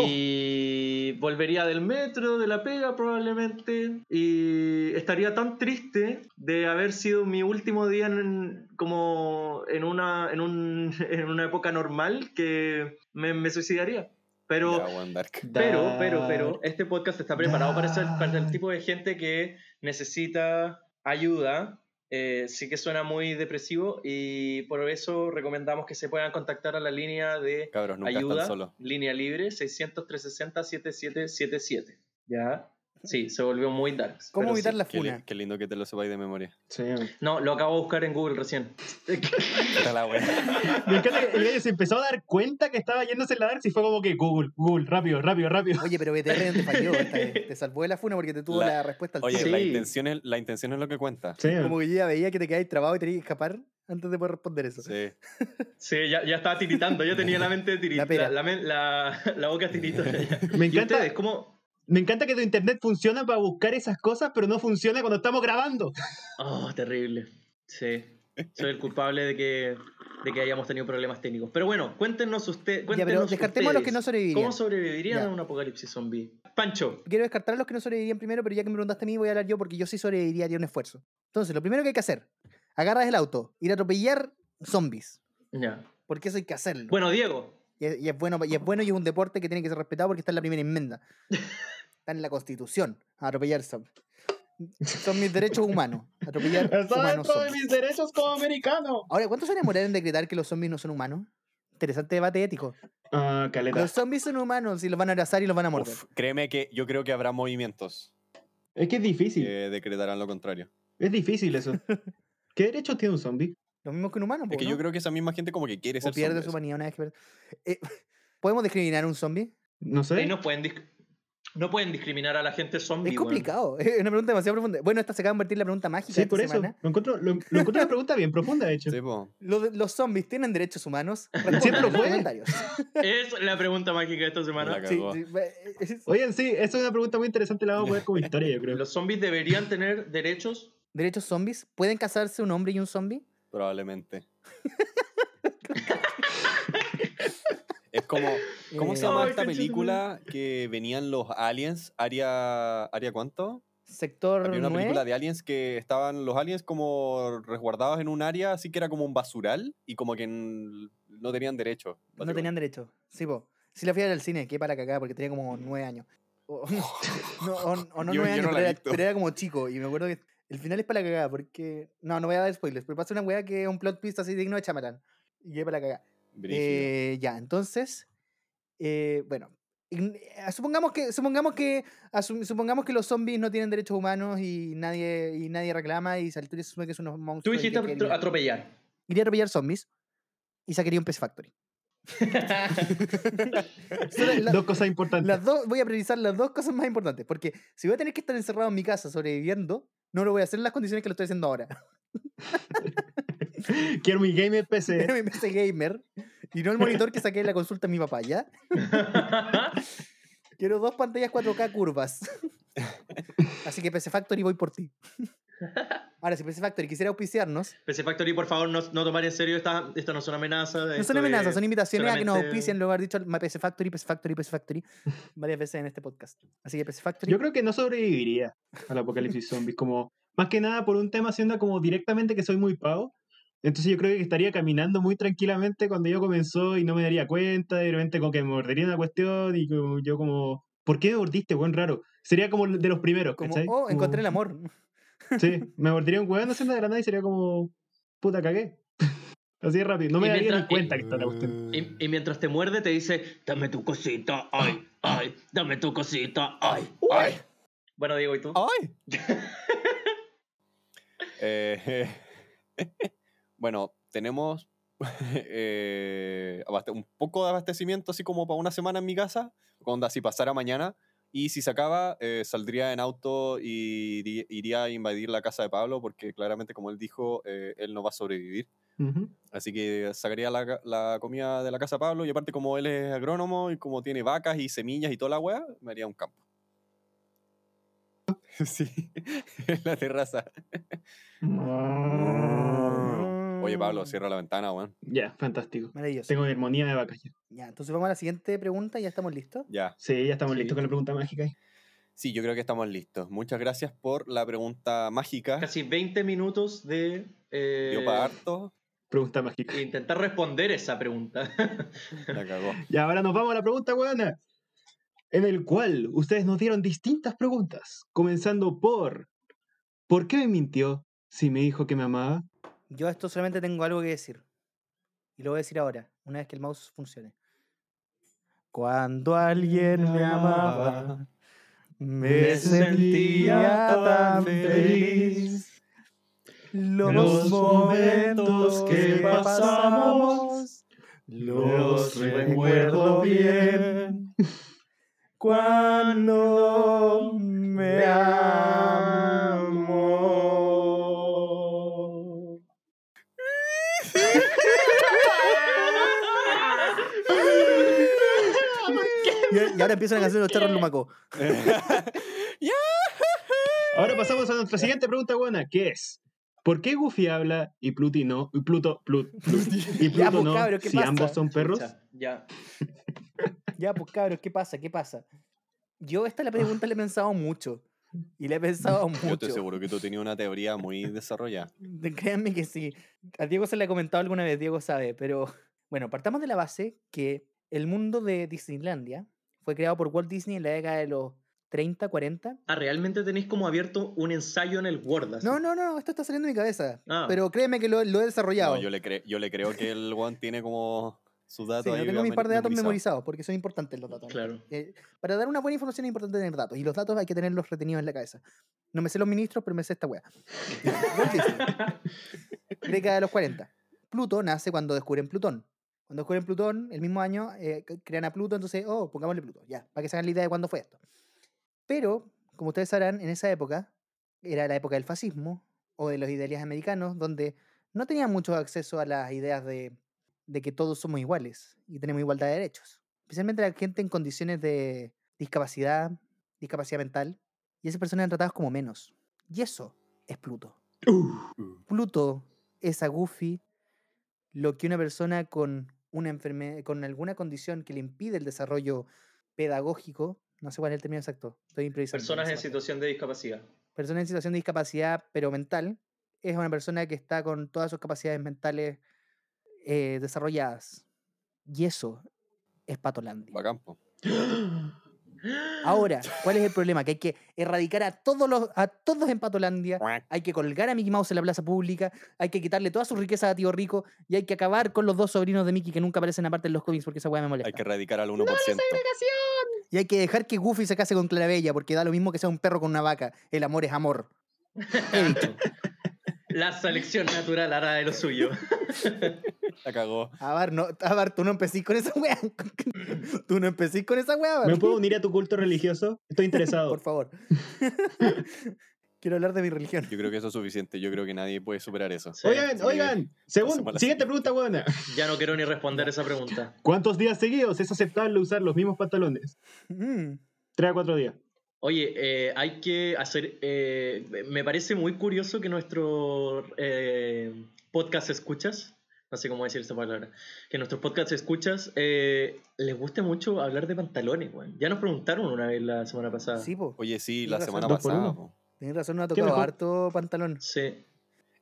[SPEAKER 2] Y volvería del metro, de la pega probablemente. Y estaría tan triste de haber sido mi último día en, como en, una, en, un, en una época normal que me, me suicidaría. Pero,
[SPEAKER 3] Ya, One Dark.
[SPEAKER 2] pero, pero, pero, este podcast está preparado para, ese- para el tipo de gente que necesita ayuda. Eh, sí que suena muy depresivo y por eso recomendamos que se puedan contactar a la línea de
[SPEAKER 3] Cabros, nunca
[SPEAKER 2] ayuda,
[SPEAKER 3] están solos.
[SPEAKER 2] línea libre, 600-360-7777. ¿Ya? Sí, se volvió muy dark.
[SPEAKER 1] ¿Cómo
[SPEAKER 2] pero
[SPEAKER 1] evitar
[SPEAKER 2] sí.
[SPEAKER 1] la
[SPEAKER 3] Qué, li-
[SPEAKER 1] funa?
[SPEAKER 3] qué lindo que te lo sepáis de memoria.
[SPEAKER 4] Sí, weón.
[SPEAKER 2] No, lo acabo de buscar en Google recién.
[SPEAKER 3] Está la wea.
[SPEAKER 4] Me encanta que el gallo se empezó a dar cuenta que estaba yéndose en la dark y fue como que Google, Google, rápido, rápido, rápido.
[SPEAKER 1] Oye, pero BTR no te falló esta vez. Te salvó de la funa porque te tuvo
[SPEAKER 3] La-
[SPEAKER 1] la, respuesta al
[SPEAKER 3] Oye,
[SPEAKER 1] tiro.
[SPEAKER 3] la,
[SPEAKER 2] Sí.
[SPEAKER 3] intención es, la intención es lo que cuenta.
[SPEAKER 4] Sí,
[SPEAKER 1] Como que yo ya veía que te quedáis trabado y tenías que escapar antes de poder responder eso.
[SPEAKER 3] Sí.
[SPEAKER 2] Sí, ya, ya estaba tiritando, yo tenía la mente
[SPEAKER 1] La
[SPEAKER 2] tiritando.
[SPEAKER 1] pera.
[SPEAKER 2] La, la men- la- la boca tiritando.
[SPEAKER 4] me
[SPEAKER 2] ¿Y
[SPEAKER 4] encanta,
[SPEAKER 2] ustedes cómo?
[SPEAKER 4] me encanta que tu internet funciona para buscar esas cosas, pero no funciona cuando estamos grabando.
[SPEAKER 2] Oh, terrible. Sí. Soy el culpable de que, de que hayamos tenido problemas técnicos. Pero bueno, cuéntenos usted,
[SPEAKER 1] ya, pero
[SPEAKER 2] cuéntenos
[SPEAKER 1] descartemos a los que
[SPEAKER 2] ustedes,
[SPEAKER 1] no sobrevivirían.
[SPEAKER 2] ¿Cómo sobrevivirían
[SPEAKER 1] Ya.
[SPEAKER 2] a un apocalipsis zombie? Pancho,
[SPEAKER 1] Quiero descartar a los que no sobrevivirían primero, pero ya que me preguntaste a mí, voy a hablar yo porque yo sí sobreviviría, haría un esfuerzo. Entonces, lo primero que hay que hacer, agarras el auto, ir a atropellar zombies.
[SPEAKER 2] ya.
[SPEAKER 1] Porque eso hay que hacerlo.
[SPEAKER 2] Bueno, Diego,
[SPEAKER 1] Y, es, y es bueno, y es bueno y es un deporte que tiene que ser respetado porque está en la primera enmienda. Está en la constitución, atropellar zombies. Son mis derechos humanos. Atropellar
[SPEAKER 4] Está
[SPEAKER 1] humanos
[SPEAKER 4] dentro de
[SPEAKER 1] zombies.
[SPEAKER 4] mis derechos como americano.
[SPEAKER 1] Ahora, ¿cuánto se demorar en decretar que los zombies no son humanos? Interesante debate ético.
[SPEAKER 4] Ah, caleta.
[SPEAKER 1] Los zombies son humanos y los van a abrazar y los van a morder.
[SPEAKER 3] Uf, créeme que yo creo que habrá movimientos
[SPEAKER 4] Es que es difícil.
[SPEAKER 3] que decretarán lo contrario.
[SPEAKER 4] Es difícil eso. ¿Qué derechos tiene un zombie?
[SPEAKER 1] Lo mismo que un humano.
[SPEAKER 3] Es
[SPEAKER 1] po,
[SPEAKER 3] que
[SPEAKER 1] ¿no?
[SPEAKER 3] yo creo que esa misma gente como que quiere
[SPEAKER 1] O
[SPEAKER 3] ser
[SPEAKER 1] pierde
[SPEAKER 3] zombies.
[SPEAKER 1] su humanidad una vez que pierde. Eh, ¿Podemos discriminar a un zombie?
[SPEAKER 4] No
[SPEAKER 2] Ahí
[SPEAKER 4] sé.
[SPEAKER 2] no pueden, dis- no pueden discriminar a la gente zombie.
[SPEAKER 1] ¿Eh? Es
[SPEAKER 2] weón.
[SPEAKER 1] complicado. Es una pregunta demasiado profunda. Bueno, esta se acaba de convertir en la pregunta mágica de
[SPEAKER 4] Sí,
[SPEAKER 1] esta
[SPEAKER 4] por eso.
[SPEAKER 1] semana.
[SPEAKER 4] Lo encuentro, lo, lo encuentro una pregunta bien profunda, de hecho.
[SPEAKER 3] Sí, po.
[SPEAKER 1] ¿Los, los zombies tienen derechos humanos? Respondan en
[SPEAKER 4] lo
[SPEAKER 1] los
[SPEAKER 4] fue.
[SPEAKER 1] comentarios.
[SPEAKER 2] Es la pregunta mágica de esta semana.
[SPEAKER 3] La
[SPEAKER 1] Sí,
[SPEAKER 3] cagó.
[SPEAKER 1] sí, va, eh, es-
[SPEAKER 4] Oigan, sí, esa es una pregunta muy interesante. La vamos a poner como historia, yo creo.
[SPEAKER 2] ¿Los zombies deberían tener derechos?
[SPEAKER 1] ¿Derechos zombies? ¿Pueden casarse un hombre y un zombie?
[SPEAKER 3] Probablemente. es como. ¿Cómo se
[SPEAKER 1] Eh,
[SPEAKER 3] llama
[SPEAKER 2] Ay,
[SPEAKER 3] esta
[SPEAKER 2] conchetumare.
[SPEAKER 3] película que venían los aliens? ¿Área, área cuánto?
[SPEAKER 1] Sector
[SPEAKER 3] Había una película
[SPEAKER 1] 9.
[SPEAKER 3] de aliens que estaban los aliens como resguardados en un área, así que era como un basural y como que n- no tenían derecho.
[SPEAKER 1] No tenían derechos. Sí, po. Sí la fui a ver al cine, que para cagada, porque tenía como nueve años. O no, o, o no
[SPEAKER 3] Yo-
[SPEAKER 1] nueve
[SPEAKER 3] yo no
[SPEAKER 1] años, pero,
[SPEAKER 3] la he
[SPEAKER 1] era,
[SPEAKER 3] visto.
[SPEAKER 1] pero era como chico. Y me acuerdo que el final es para la cagada, porque... No, no voy a dar spoilers, pero pasa una weá que es un plot twist así digno de chamarán. Y es para la cagada.
[SPEAKER 3] básicamente. Brígido.
[SPEAKER 1] Eh, ya, entonces, eh, bueno, ign- eh, Supongamos que, supongamos que, asum- supongamos que los zombies no tienen derechos humanos y nadie, y nadie reclama y Salturi se asume que es unos monstruos.
[SPEAKER 2] Tú
[SPEAKER 1] y que
[SPEAKER 2] dijiste
[SPEAKER 1] hay que
[SPEAKER 2] atro-
[SPEAKER 1] eliminar.
[SPEAKER 2] atropellar.
[SPEAKER 1] Iría a atropellar zombies y sacaría un PC Factory. Solo la-
[SPEAKER 4] Dos cosas importantes.
[SPEAKER 1] las dos, voy a priorizar las dos cosas más importantes, porque si voy a tener que estar encerrado en mi casa sobreviviendo, no lo voy a hacer en las condiciones que lo estoy haciendo ahora.
[SPEAKER 4] Quiero mi gamer PC.
[SPEAKER 1] Quiero mi PC gamer y no el monitor que saqué de la consulta de mi papá, ¿ya? Quiero dos pantallas 4K curvas. Así que PC Factory voy por ti. Ahora, si PC Factory quisiera auspiciarnos,
[SPEAKER 2] PC Factory, por favor, no, no tomar en serio. Estas esta no son amenazas.
[SPEAKER 1] no son amenazas, son invitaciones a que nos
[SPEAKER 2] solamente-
[SPEAKER 1] auspicien, lo haber dicho ma- PC Factory, PC Factory, PC Factory varias veces en este podcast. Así que PC Factory,
[SPEAKER 4] Yo creo que no sobreviviría al apocalipsis zombie. Como, más que nada por un tema siendo como directamente que soy muy pavo. Entonces yo creo que estaría caminando muy tranquilamente cuando yo comenzó y no me daría cuenta. De repente como que me mordería una cuestión y como, yo como, ¿por qué me mordiste, buen raro? Sería como de los primeros,
[SPEAKER 1] como,
[SPEAKER 4] ¿cachai?
[SPEAKER 1] oh,
[SPEAKER 4] Como-
[SPEAKER 1] encontré el amor.
[SPEAKER 4] Sí, me mordería un hueón haciendo de la nada y sería como, puta, cagué. Así de rápido. No me
[SPEAKER 2] Y
[SPEAKER 4] daría ni
[SPEAKER 2] mientras-
[SPEAKER 4] cuenta que está la cuestión.
[SPEAKER 2] Y, y mientras te muerde, te dice: Dame tu cosita, ay, ay, dame tu cosita, ay, ay. Bueno, Diego, ¿y tú?
[SPEAKER 3] ¡Ay! Eh, bueno, tenemos eh, abaste- un poco de abastecimiento, así como para una semana en mi casa. Onda, si pasara mañana. Y si se acaba, eh, saldría en auto y iri- iría a invadir la casa de Pablo, porque claramente, como él dijo, eh, él no va a sobrevivir.
[SPEAKER 4] Ujú.
[SPEAKER 3] Así que sacaría la, ca- la comida de la casa de Pablo. Y aparte, como él es agrónomo y como tiene vacas y semillas y toda la weá, me haría un campo. Sí, en la terraza. Oye,
[SPEAKER 1] Mm.
[SPEAKER 3] Pablo, cierra la ventana, weón.
[SPEAKER 4] Ya, fantástico.
[SPEAKER 1] Maravilloso.
[SPEAKER 4] Tengo mi armonía de vacas ya.
[SPEAKER 1] Ya, entonces vamos a la siguiente pregunta, ya estamos listos.
[SPEAKER 3] Ya.
[SPEAKER 4] Sí, ya estamos
[SPEAKER 2] Sí.
[SPEAKER 4] listos con la pregunta mágica. ahí.
[SPEAKER 3] Sí, yo creo que estamos listos. Muchas gracias por la pregunta mágica.
[SPEAKER 2] Casi 20 minutos de. eh,
[SPEAKER 3] Yo para harto.
[SPEAKER 4] Pregunta mágica.
[SPEAKER 2] Intentar responder esa pregunta.
[SPEAKER 3] La cagó.
[SPEAKER 4] Y ahora nos vamos a la pregunta buena, en el cual ustedes nos dieron distintas preguntas, comenzando por ¿Por qué me mintió si me dijo que me amaba?
[SPEAKER 1] Yo a esto solamente tengo algo que decir. Y lo voy a decir ahora, una vez que el mouse funcione. Cuando alguien me amaba, me
[SPEAKER 4] me
[SPEAKER 1] sentía
[SPEAKER 4] sentía
[SPEAKER 1] tan feliz. Los
[SPEAKER 4] Los
[SPEAKER 1] momentos
[SPEAKER 4] momentos
[SPEAKER 1] que
[SPEAKER 4] que
[SPEAKER 1] pasamos
[SPEAKER 4] pasamos,
[SPEAKER 1] los
[SPEAKER 4] los
[SPEAKER 1] recuerdo
[SPEAKER 4] recuerdo
[SPEAKER 1] bien. Cuando me amo. Y y ahora empieza la canción de los charros lumacos.
[SPEAKER 4] Ahora pasamos a nuestra siguiente pregunta buena, que es ¿Por qué Goofy habla y Pluto no? Y Pluto, Pluto, y
[SPEAKER 1] Ya,
[SPEAKER 4] Pluto
[SPEAKER 1] pues,
[SPEAKER 4] no,
[SPEAKER 1] cabro, ¿qué
[SPEAKER 4] si
[SPEAKER 1] pasa?
[SPEAKER 4] ambos son perros.
[SPEAKER 2] Chucha, Ya.
[SPEAKER 1] Ya, pues cabros, ¿qué pasa? ¿Qué pasa? Yo esta la pregunta la he pensado mucho. Y la he pensado mucho.
[SPEAKER 3] Yo estoy seguro que tú tenías una teoría muy desarrollada.
[SPEAKER 1] De- Créanme que sí. A Diego se le ha comentado alguna vez, Diego sabe, pero bueno, partamos de la base que el mundo de Disneylandia fue creado por Walt Disney en la década de los 30, 40.
[SPEAKER 2] Ah, ¿realmente tenéis como abierto un ensayo en el Word? así?
[SPEAKER 1] No, no, no, esto está saliendo de mi cabeza.
[SPEAKER 2] Ah.
[SPEAKER 1] Pero créeme que lo, lo he desarrollado.
[SPEAKER 3] Ah, No, yo, le cre- yo le creo que el Juan tiene como sus datos
[SPEAKER 1] Sí, yo
[SPEAKER 3] ahí
[SPEAKER 1] tengo mis
[SPEAKER 3] memori-
[SPEAKER 1] par de datos
[SPEAKER 3] memorizados.
[SPEAKER 1] memorizados porque son importantes los datos.
[SPEAKER 2] Claro.
[SPEAKER 1] Eh, para dar una buena información es importante tener datos y los datos hay que tenerlos retenidos en la cabeza. No me sé los ministros, pero me sé esta wea. Walt Disney. década de los 40. Pluto nace cuando descubren Plutón. Cuando descubren Plutón, el mismo año eh, c- crean a Pluto, entonces, oh, pongámosle Pluto, ya, para que se hagan la idea de cuándo fue esto. Pero, como ustedes sabrán, en esa época era la época del fascismo o de los ideales americanos, donde no tenían mucho acceso a las ideas de, de que todos somos iguales y tenemos igualdad de derechos. Especialmente la gente en condiciones de discapacidad, discapacidad mental, y esas personas eran tratadas como menos. Y eso es Pluto.
[SPEAKER 2] Mm.
[SPEAKER 1] Pluto es a Goofy lo que una persona con, una enferme- con alguna condición que le impide el desarrollo pedagógico, no sé cuál es el término exacto, estoy improvisando.
[SPEAKER 2] Personas
[SPEAKER 1] esa
[SPEAKER 2] en
[SPEAKER 1] parte.
[SPEAKER 2] situación de discapacidad.
[SPEAKER 1] Persona en situación de discapacidad, pero mental, es una persona que está con todas sus capacidades mentales eh, desarrolladas. Y eso es Patolandia.
[SPEAKER 3] Bacán, po.
[SPEAKER 1] Ahora, ¿cuál es el problema? Que hay que erradicar a todos, los, a todos en Patolandia, hay que colgar a Mickey Mouse en la plaza pública, hay que quitarle todas sus riquezas a Tío Rico y hay que acabar con los dos sobrinos de Mickey que nunca aparecen aparte en los cómics porque esa weá me molesta.
[SPEAKER 3] Hay que erradicar al 1%.
[SPEAKER 1] Y hay que dejar que Goofy se case con Clarabella, porque da lo mismo que sea un perro con una vaca. El amor es amor. He dicho.
[SPEAKER 2] La selección natural hará de lo suyo.
[SPEAKER 3] La cagó.
[SPEAKER 1] Abar, no, Abar, tú no empecís con esa wea. Tú no empecís con esa wea, Abar.
[SPEAKER 4] ¿Me puedo unir a tu culto religioso? Estoy interesado.
[SPEAKER 1] Por favor. Quiero hablar de mi religión.
[SPEAKER 3] Yo creo que eso es suficiente. Yo creo que nadie puede superar eso.
[SPEAKER 2] Sí,
[SPEAKER 4] Oigan,
[SPEAKER 3] Sí.
[SPEAKER 4] oigan.
[SPEAKER 3] Hacemos
[SPEAKER 4] Según,
[SPEAKER 3] la
[SPEAKER 4] siguiente pregunta, buena.
[SPEAKER 2] Ya no quiero ni responder esa pregunta.
[SPEAKER 4] ¿Cuántos días seguidos es aceptable usar los mismos pantalones?
[SPEAKER 1] Mm.
[SPEAKER 4] Tres a cuatro días.
[SPEAKER 2] Oye, eh, hay que hacer. eh, me parece muy curioso que nuestro eh, podcast escuchas, no sé cómo decir esa palabra, que nuestros podcast escuchas eh, les guste mucho hablar de pantalones, weón. Ya nos preguntaron una vez la semana pasada.
[SPEAKER 1] Sí, po.
[SPEAKER 3] Ah, Oye, sí,
[SPEAKER 1] Tienes
[SPEAKER 3] la
[SPEAKER 1] razón.
[SPEAKER 3] semana
[SPEAKER 4] Dos por
[SPEAKER 3] pasada.
[SPEAKER 4] uno.
[SPEAKER 3] po.
[SPEAKER 1] Tienes razón, no ha
[SPEAKER 4] Qué
[SPEAKER 1] tocado
[SPEAKER 4] mejor.
[SPEAKER 1] harto pantalón.
[SPEAKER 2] Sí,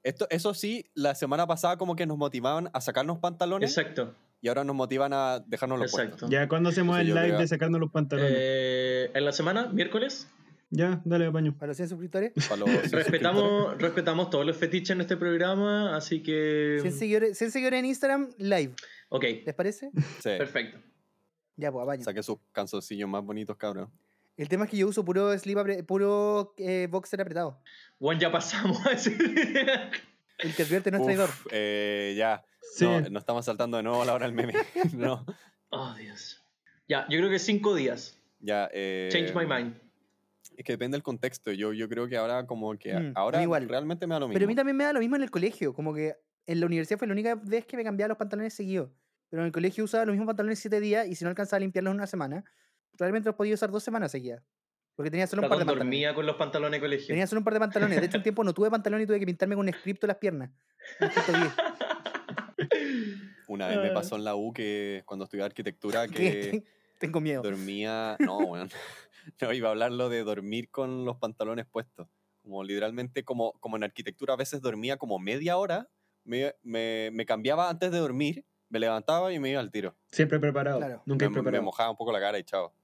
[SPEAKER 3] Esto, eso sí, la semana pasada como que nos motivaban a sacarnos pantalones
[SPEAKER 2] exacto.
[SPEAKER 3] y ahora nos motivan a dejarnos los
[SPEAKER 2] Exacto.
[SPEAKER 4] Ya, ¿cuándo hacemos
[SPEAKER 3] Eso
[SPEAKER 4] el
[SPEAKER 3] yo
[SPEAKER 4] live
[SPEAKER 3] creo.
[SPEAKER 4] de sacarnos los pantalones?
[SPEAKER 2] Eh, en la semana, miércoles,
[SPEAKER 4] Ya, dale, paño.
[SPEAKER 1] Para los 100 suscriptores.
[SPEAKER 3] puestos. Para los-
[SPEAKER 2] respetamos, respetamos todos los fetiches en este programa, así
[SPEAKER 1] 100
[SPEAKER 2] que.
[SPEAKER 1] seguidores, 100 seguidores en Instagram, live.
[SPEAKER 2] Ok,
[SPEAKER 1] ¿Les parece?
[SPEAKER 3] Sí,
[SPEAKER 2] perfecto.
[SPEAKER 1] Ya, pues, apaño.
[SPEAKER 3] saqué sus canzoncillos más bonitos, cabrón.
[SPEAKER 1] El tema es que yo uso puro, slip apre- puro eh, boxer apretado.
[SPEAKER 2] Bueno, ya pasamos a ese.
[SPEAKER 1] El que advierte no es
[SPEAKER 3] Uf,
[SPEAKER 1] traidor.
[SPEAKER 3] eh, ya,
[SPEAKER 4] Sí.
[SPEAKER 3] no, no estamos saltando de nuevo a la hora del meme. no,
[SPEAKER 2] Oh, Dios. Ya, yo creo que cinco días.
[SPEAKER 3] ya. eh,
[SPEAKER 2] Change my mind.
[SPEAKER 3] Es que depende del contexto. Yo, yo creo que ahora como que... a-
[SPEAKER 1] Mm, a
[SPEAKER 3] ahora
[SPEAKER 1] mí igual.
[SPEAKER 3] realmente me da lo mismo.
[SPEAKER 1] Pero a mí también me da lo mismo en el colegio. Como que en la universidad fue la única vez que me cambiaba los pantalones seguidos. Pero en el colegio usaba los mismos pantalones siete días y si no alcanzaba a limpiarlos en una semana, probablemente los podía usar dos semanas seguidas. Porque tenía solo un par de
[SPEAKER 2] Platón
[SPEAKER 1] pantalones.
[SPEAKER 2] dormía con los pantalones de colegio.
[SPEAKER 1] Tenía solo un par de pantalones. De hecho, un tiempo no tuve pantalones y tuve que pintarme con un scripto las piernas. Un scripto gay.
[SPEAKER 3] Una vez me
[SPEAKER 1] eh,
[SPEAKER 4] Ah.
[SPEAKER 3] pasó en la U que cuando estudiaba arquitectura
[SPEAKER 1] Que
[SPEAKER 3] que
[SPEAKER 1] ten- Tengo miedo.
[SPEAKER 3] dormía... No, weón. no, iba a hablar lo de dormir con los pantalones puestos. Como literalmente, como, como en arquitectura a veces dormía como media hora, me, me, me cambiaba antes de dormir, me levantaba y me iba al tiro.
[SPEAKER 4] Siempre preparado.
[SPEAKER 1] Claro.
[SPEAKER 4] Nunca
[SPEAKER 3] me, me
[SPEAKER 4] preparado.
[SPEAKER 3] mojaba un poco la cara y chao.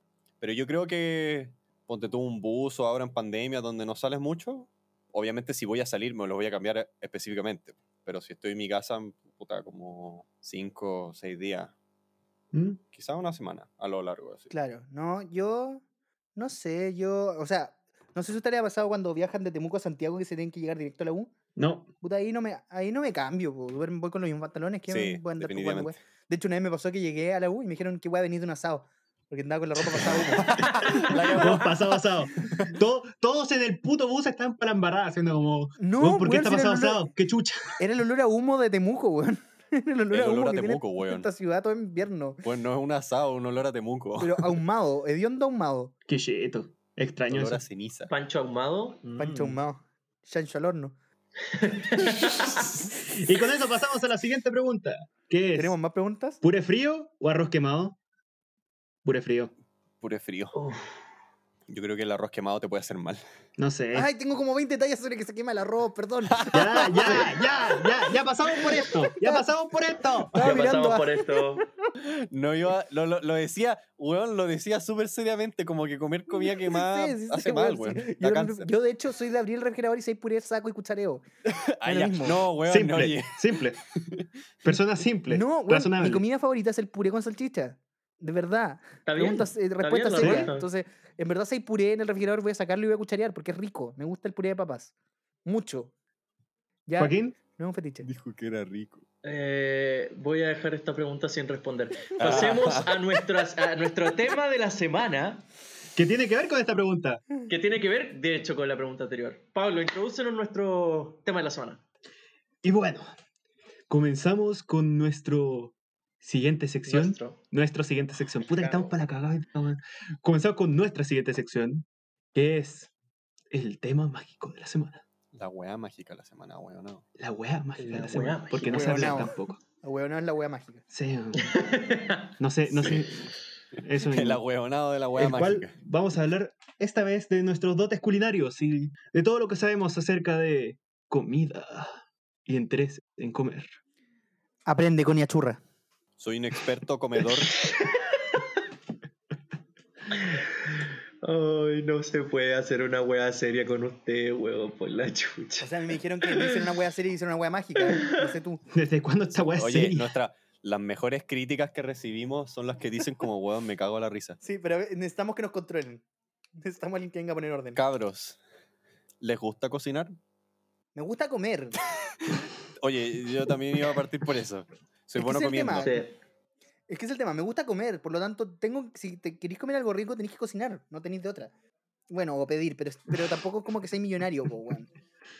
[SPEAKER 3] Pero yo creo que ponte tú un buzo ahora en pandemia donde no sales mucho. Obviamente si voy a salir me lo voy a cambiar específicamente. Pero si estoy en mi casa, puta, como cinco o seis días,
[SPEAKER 4] ¿Mm?
[SPEAKER 3] quizá una semana a lo largo. Así.
[SPEAKER 1] Claro, no, yo no sé, yo, o sea, no sé si a usted le ha pasado cuando viajan de Temuco a Santiago que se tienen que llegar directo a la U.
[SPEAKER 4] No.
[SPEAKER 1] Puta, ahí no me, ahí no me cambio, po, duermo- voy con los mismos pantalones que
[SPEAKER 3] Sí,
[SPEAKER 1] voy a andar con cuatro
[SPEAKER 3] definitivamente.
[SPEAKER 1] weas. De hecho, una vez me pasó que llegué a la U y me dijeron que voy a venir de un asado, porque andaba con la ropa pasada humo.
[SPEAKER 4] Vos, pasado, pasado. To- todos en el puto bus están para embarrar haciendo como.
[SPEAKER 1] No,
[SPEAKER 4] "Weón, ¿Por qué
[SPEAKER 1] weón,
[SPEAKER 4] está
[SPEAKER 1] si era
[SPEAKER 4] pasado,
[SPEAKER 1] el olor-
[SPEAKER 4] pasado? ¡Qué chucha!
[SPEAKER 1] Era el olor a humo de Temuco, weón. Era el olor
[SPEAKER 3] El
[SPEAKER 1] a
[SPEAKER 3] olor
[SPEAKER 1] humo
[SPEAKER 3] a
[SPEAKER 1] que tiene
[SPEAKER 3] Temuco, weón.
[SPEAKER 1] esta ciudad todo invierno,
[SPEAKER 3] Bueno, no es un asado, un olor a Temuco.
[SPEAKER 1] pero ahumado, hediondo ahumado,
[SPEAKER 4] ¡Qué cheto!
[SPEAKER 3] Un
[SPEAKER 4] Extraño
[SPEAKER 3] olor
[SPEAKER 4] eso.
[SPEAKER 3] a ceniza.
[SPEAKER 2] Pancho ahumado.
[SPEAKER 1] pancho
[SPEAKER 2] Mm.
[SPEAKER 1] ahumado, chancho al horno.
[SPEAKER 4] Y con eso pasamos a la siguiente pregunta: ¿Qué es?
[SPEAKER 1] ¿Tenemos más preguntas?
[SPEAKER 4] ¿Pure frío o arroz quemado? Pure frío.
[SPEAKER 3] Pure frío.
[SPEAKER 2] Uf,
[SPEAKER 3] Yo creo que el arroz quemado te puede hacer mal.
[SPEAKER 4] No sé.
[SPEAKER 1] Ay, tengo como 20 tallas sobre que se quema el arroz, perdón.
[SPEAKER 4] Ya, ya, ya, ya, ya pasamos por esto. Ya pasamos por esto.
[SPEAKER 1] Estaba
[SPEAKER 2] ya
[SPEAKER 1] mirando
[SPEAKER 2] pasamos
[SPEAKER 1] a-
[SPEAKER 2] por esto.
[SPEAKER 3] No iba, lo, lo, lo decía, weón, lo decía súper seriamente, como que comer comida quemada
[SPEAKER 1] Sí, sí, sí,
[SPEAKER 3] hace
[SPEAKER 1] sí,
[SPEAKER 3] mal,
[SPEAKER 1] weón,
[SPEAKER 3] weón.
[SPEAKER 1] sí.
[SPEAKER 3] Da
[SPEAKER 1] Yo,
[SPEAKER 3] cáncer.
[SPEAKER 1] yo, de hecho soy de abrir el refrigerador y se puré, saco y cuchareo.
[SPEAKER 3] Ah,
[SPEAKER 1] Da lo
[SPEAKER 3] ya.
[SPEAKER 1] mismo.
[SPEAKER 3] No, weón, no,
[SPEAKER 4] Simple,
[SPEAKER 3] oye.
[SPEAKER 4] simple. Persona simple.
[SPEAKER 1] No, weón,
[SPEAKER 4] razonable.
[SPEAKER 1] mi comida favorita es el puré con salchicha. De verdad.
[SPEAKER 2] Está bien.
[SPEAKER 1] Preguntas, eh, respuestas
[SPEAKER 2] la
[SPEAKER 1] serias.
[SPEAKER 2] respuesta.
[SPEAKER 1] Entonces, en verdad si hay puré en el refrigerador voy a sacarlo y voy a cucharear porque es rico. Me gusta el puré de papas. Mucho. Ya,
[SPEAKER 4] Joaquín,
[SPEAKER 1] no es un fetiche.
[SPEAKER 3] Dijo que era rico.
[SPEAKER 2] Eh, voy a dejar esta pregunta sin responder.
[SPEAKER 1] Ah.
[SPEAKER 2] Pasemos a, nuestras, a nuestro tema de la semana,
[SPEAKER 4] ¿qué tiene que ver con esta pregunta?
[SPEAKER 2] que tiene que ver, de hecho, con la pregunta anterior. Pablo, introducenos nuestro tema de la semana.
[SPEAKER 4] Y bueno, comenzamos con nuestro siguiente sección. Nuestra
[SPEAKER 2] Nuestro.
[SPEAKER 4] siguiente sección. Puta, que
[SPEAKER 2] cago.
[SPEAKER 4] estamos para la cagada. weón. Comenzamos con nuestra siguiente sección, que es el tema mágico de la semana.
[SPEAKER 3] La weá mágica la semana, weón. No.
[SPEAKER 4] La wea
[SPEAKER 2] La
[SPEAKER 4] mágica de
[SPEAKER 2] weá
[SPEAKER 4] la semana.
[SPEAKER 2] mágica.
[SPEAKER 4] Porque no se habla
[SPEAKER 1] Weonao.
[SPEAKER 4] tampoco.
[SPEAKER 1] La hueá no es la hueá mágica.
[SPEAKER 4] Sí, weón. no sé, no sé. Eso
[SPEAKER 3] El
[SPEAKER 4] mismo.
[SPEAKER 3] ahueonado de la weá
[SPEAKER 4] el cual
[SPEAKER 3] mágica.
[SPEAKER 4] vamos a hablar esta vez de nuestros dotes culinarios y de todo lo que sabemos acerca de comida y interés en comer.
[SPEAKER 1] Aprende con churra.
[SPEAKER 3] Soy un experto comedor.
[SPEAKER 2] Ay, no se puede hacer una wea seria con usted, huevo, por la
[SPEAKER 1] O
[SPEAKER 2] chucha.
[SPEAKER 1] sea, a mí me dijeron que no hicieron una hueá seria y hicieron una hueá mágica. No sé tú.
[SPEAKER 4] ¿Desde cuándo esta weá es
[SPEAKER 3] Oye,
[SPEAKER 4] seria?
[SPEAKER 3] nuestra, las mejores críticas que recibimos son las que dicen como, weón, me cago en la risa.
[SPEAKER 1] Sí, pero eh, necesitamos que nos controlen. Necesitamos a alguien que venga a poner orden.
[SPEAKER 3] Cabros, ¿les gusta cocinar?
[SPEAKER 1] Me gusta comer.
[SPEAKER 3] Oye, yo también iba a partir por eso. Soy
[SPEAKER 1] Es que
[SPEAKER 3] bueno
[SPEAKER 1] ese es el tema.
[SPEAKER 3] comiendo.
[SPEAKER 2] Sí.
[SPEAKER 1] Es que es el tema, me gusta comer, por lo tanto, tengo, si te queréis comer algo rico, tenéis que cocinar, no tenéis de otra. Bueno, o pedir, pero, pero tampoco es como que seas millonario, po, weón.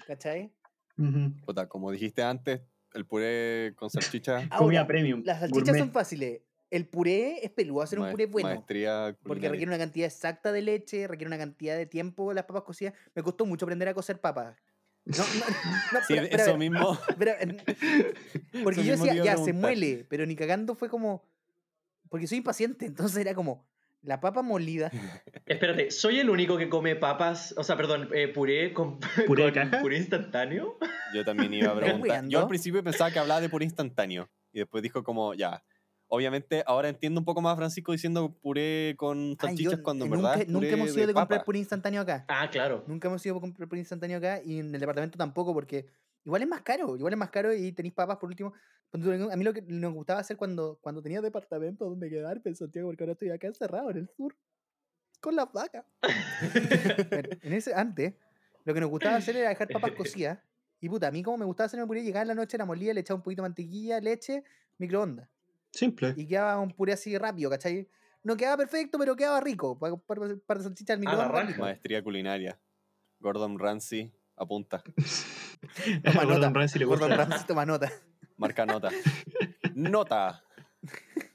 [SPEAKER 1] ¿Cachai?
[SPEAKER 4] Ujú.
[SPEAKER 3] Puta, como dijiste antes, el puré con salchicha.
[SPEAKER 4] Comida
[SPEAKER 1] Ahora,
[SPEAKER 4] premium.
[SPEAKER 1] las salchichas
[SPEAKER 4] gourmet.
[SPEAKER 1] son fáciles. El puré es peludo, hacer un
[SPEAKER 3] maes-
[SPEAKER 1] puré bueno.
[SPEAKER 3] Maestría
[SPEAKER 1] Porque
[SPEAKER 3] culinaria.
[SPEAKER 1] requiere una cantidad exacta de leche, requiere una cantidad de tiempo las papas cocidas. Me costó mucho aprender a cocer papas. No, no, no,
[SPEAKER 3] Sí,
[SPEAKER 1] espera, espera,
[SPEAKER 3] eso
[SPEAKER 1] espera,
[SPEAKER 3] mismo.
[SPEAKER 1] espera, en- porque
[SPEAKER 3] eso
[SPEAKER 1] yo
[SPEAKER 3] mismo te
[SPEAKER 1] decía,
[SPEAKER 3] iba a
[SPEAKER 1] ya se
[SPEAKER 3] preguntar.
[SPEAKER 1] muele, pero ni cagando fue como. Porque soy impaciente, entonces era como la papa molida.
[SPEAKER 2] Espérate, ¿soy el único que come papas, o sea, perdón, eh, puré con,
[SPEAKER 4] ¿Puré de
[SPEAKER 2] con
[SPEAKER 4] caja?
[SPEAKER 2] puré instantáneo?
[SPEAKER 3] Yo también iba a
[SPEAKER 1] ¿Estás
[SPEAKER 3] preguntar. Yo
[SPEAKER 1] weando?
[SPEAKER 3] al principio pensaba que hablaba de puré instantáneo. Y después dijo como, ya. Obviamente, ahora entiendo un poco más a Francisco diciendo puré con
[SPEAKER 1] Ay, Ah, yo
[SPEAKER 3] salchichas cuando en
[SPEAKER 1] nunca,
[SPEAKER 3] verdad. es
[SPEAKER 1] nunca
[SPEAKER 3] puré
[SPEAKER 1] hemos ido de comprar
[SPEAKER 3] papa.
[SPEAKER 1] puré instantáneo acá.
[SPEAKER 2] Ah, claro.
[SPEAKER 1] Nunca hemos ido a comprar puré instantáneo acá y en el departamento tampoco, porque igual es más caro. Igual es más caro y tenéis papas por último. Ponte tú, A mí lo que nos gustaba hacer cuando, cuando tenía departamento donde quedarme en Santiago, porque ahora estoy acá encerrado en el sur con las vacas. Bueno, en ese, antes, lo que nos gustaba hacer era dejar papas cocidas. Y puta, a mí como me gustaba hacer el puré, llegaba en la noche, la molía, le echaba un poquito de mantequilla, leche, microondas.
[SPEAKER 4] Simple.
[SPEAKER 1] Y quedaba un puré así rápido, ¿cachai? No quedaba perfecto, pero quedaba rico. Para un par de salchichas al
[SPEAKER 2] A la
[SPEAKER 1] microondas.
[SPEAKER 2] raja.
[SPEAKER 3] Maestría culinaria. Gordon Ramsay apunta.
[SPEAKER 4] A
[SPEAKER 1] Toma nota.
[SPEAKER 4] Gordon Ramsay le
[SPEAKER 1] Gordon
[SPEAKER 4] gusta.
[SPEAKER 1] Ramsay toma nota.
[SPEAKER 3] Marca nota. Nota.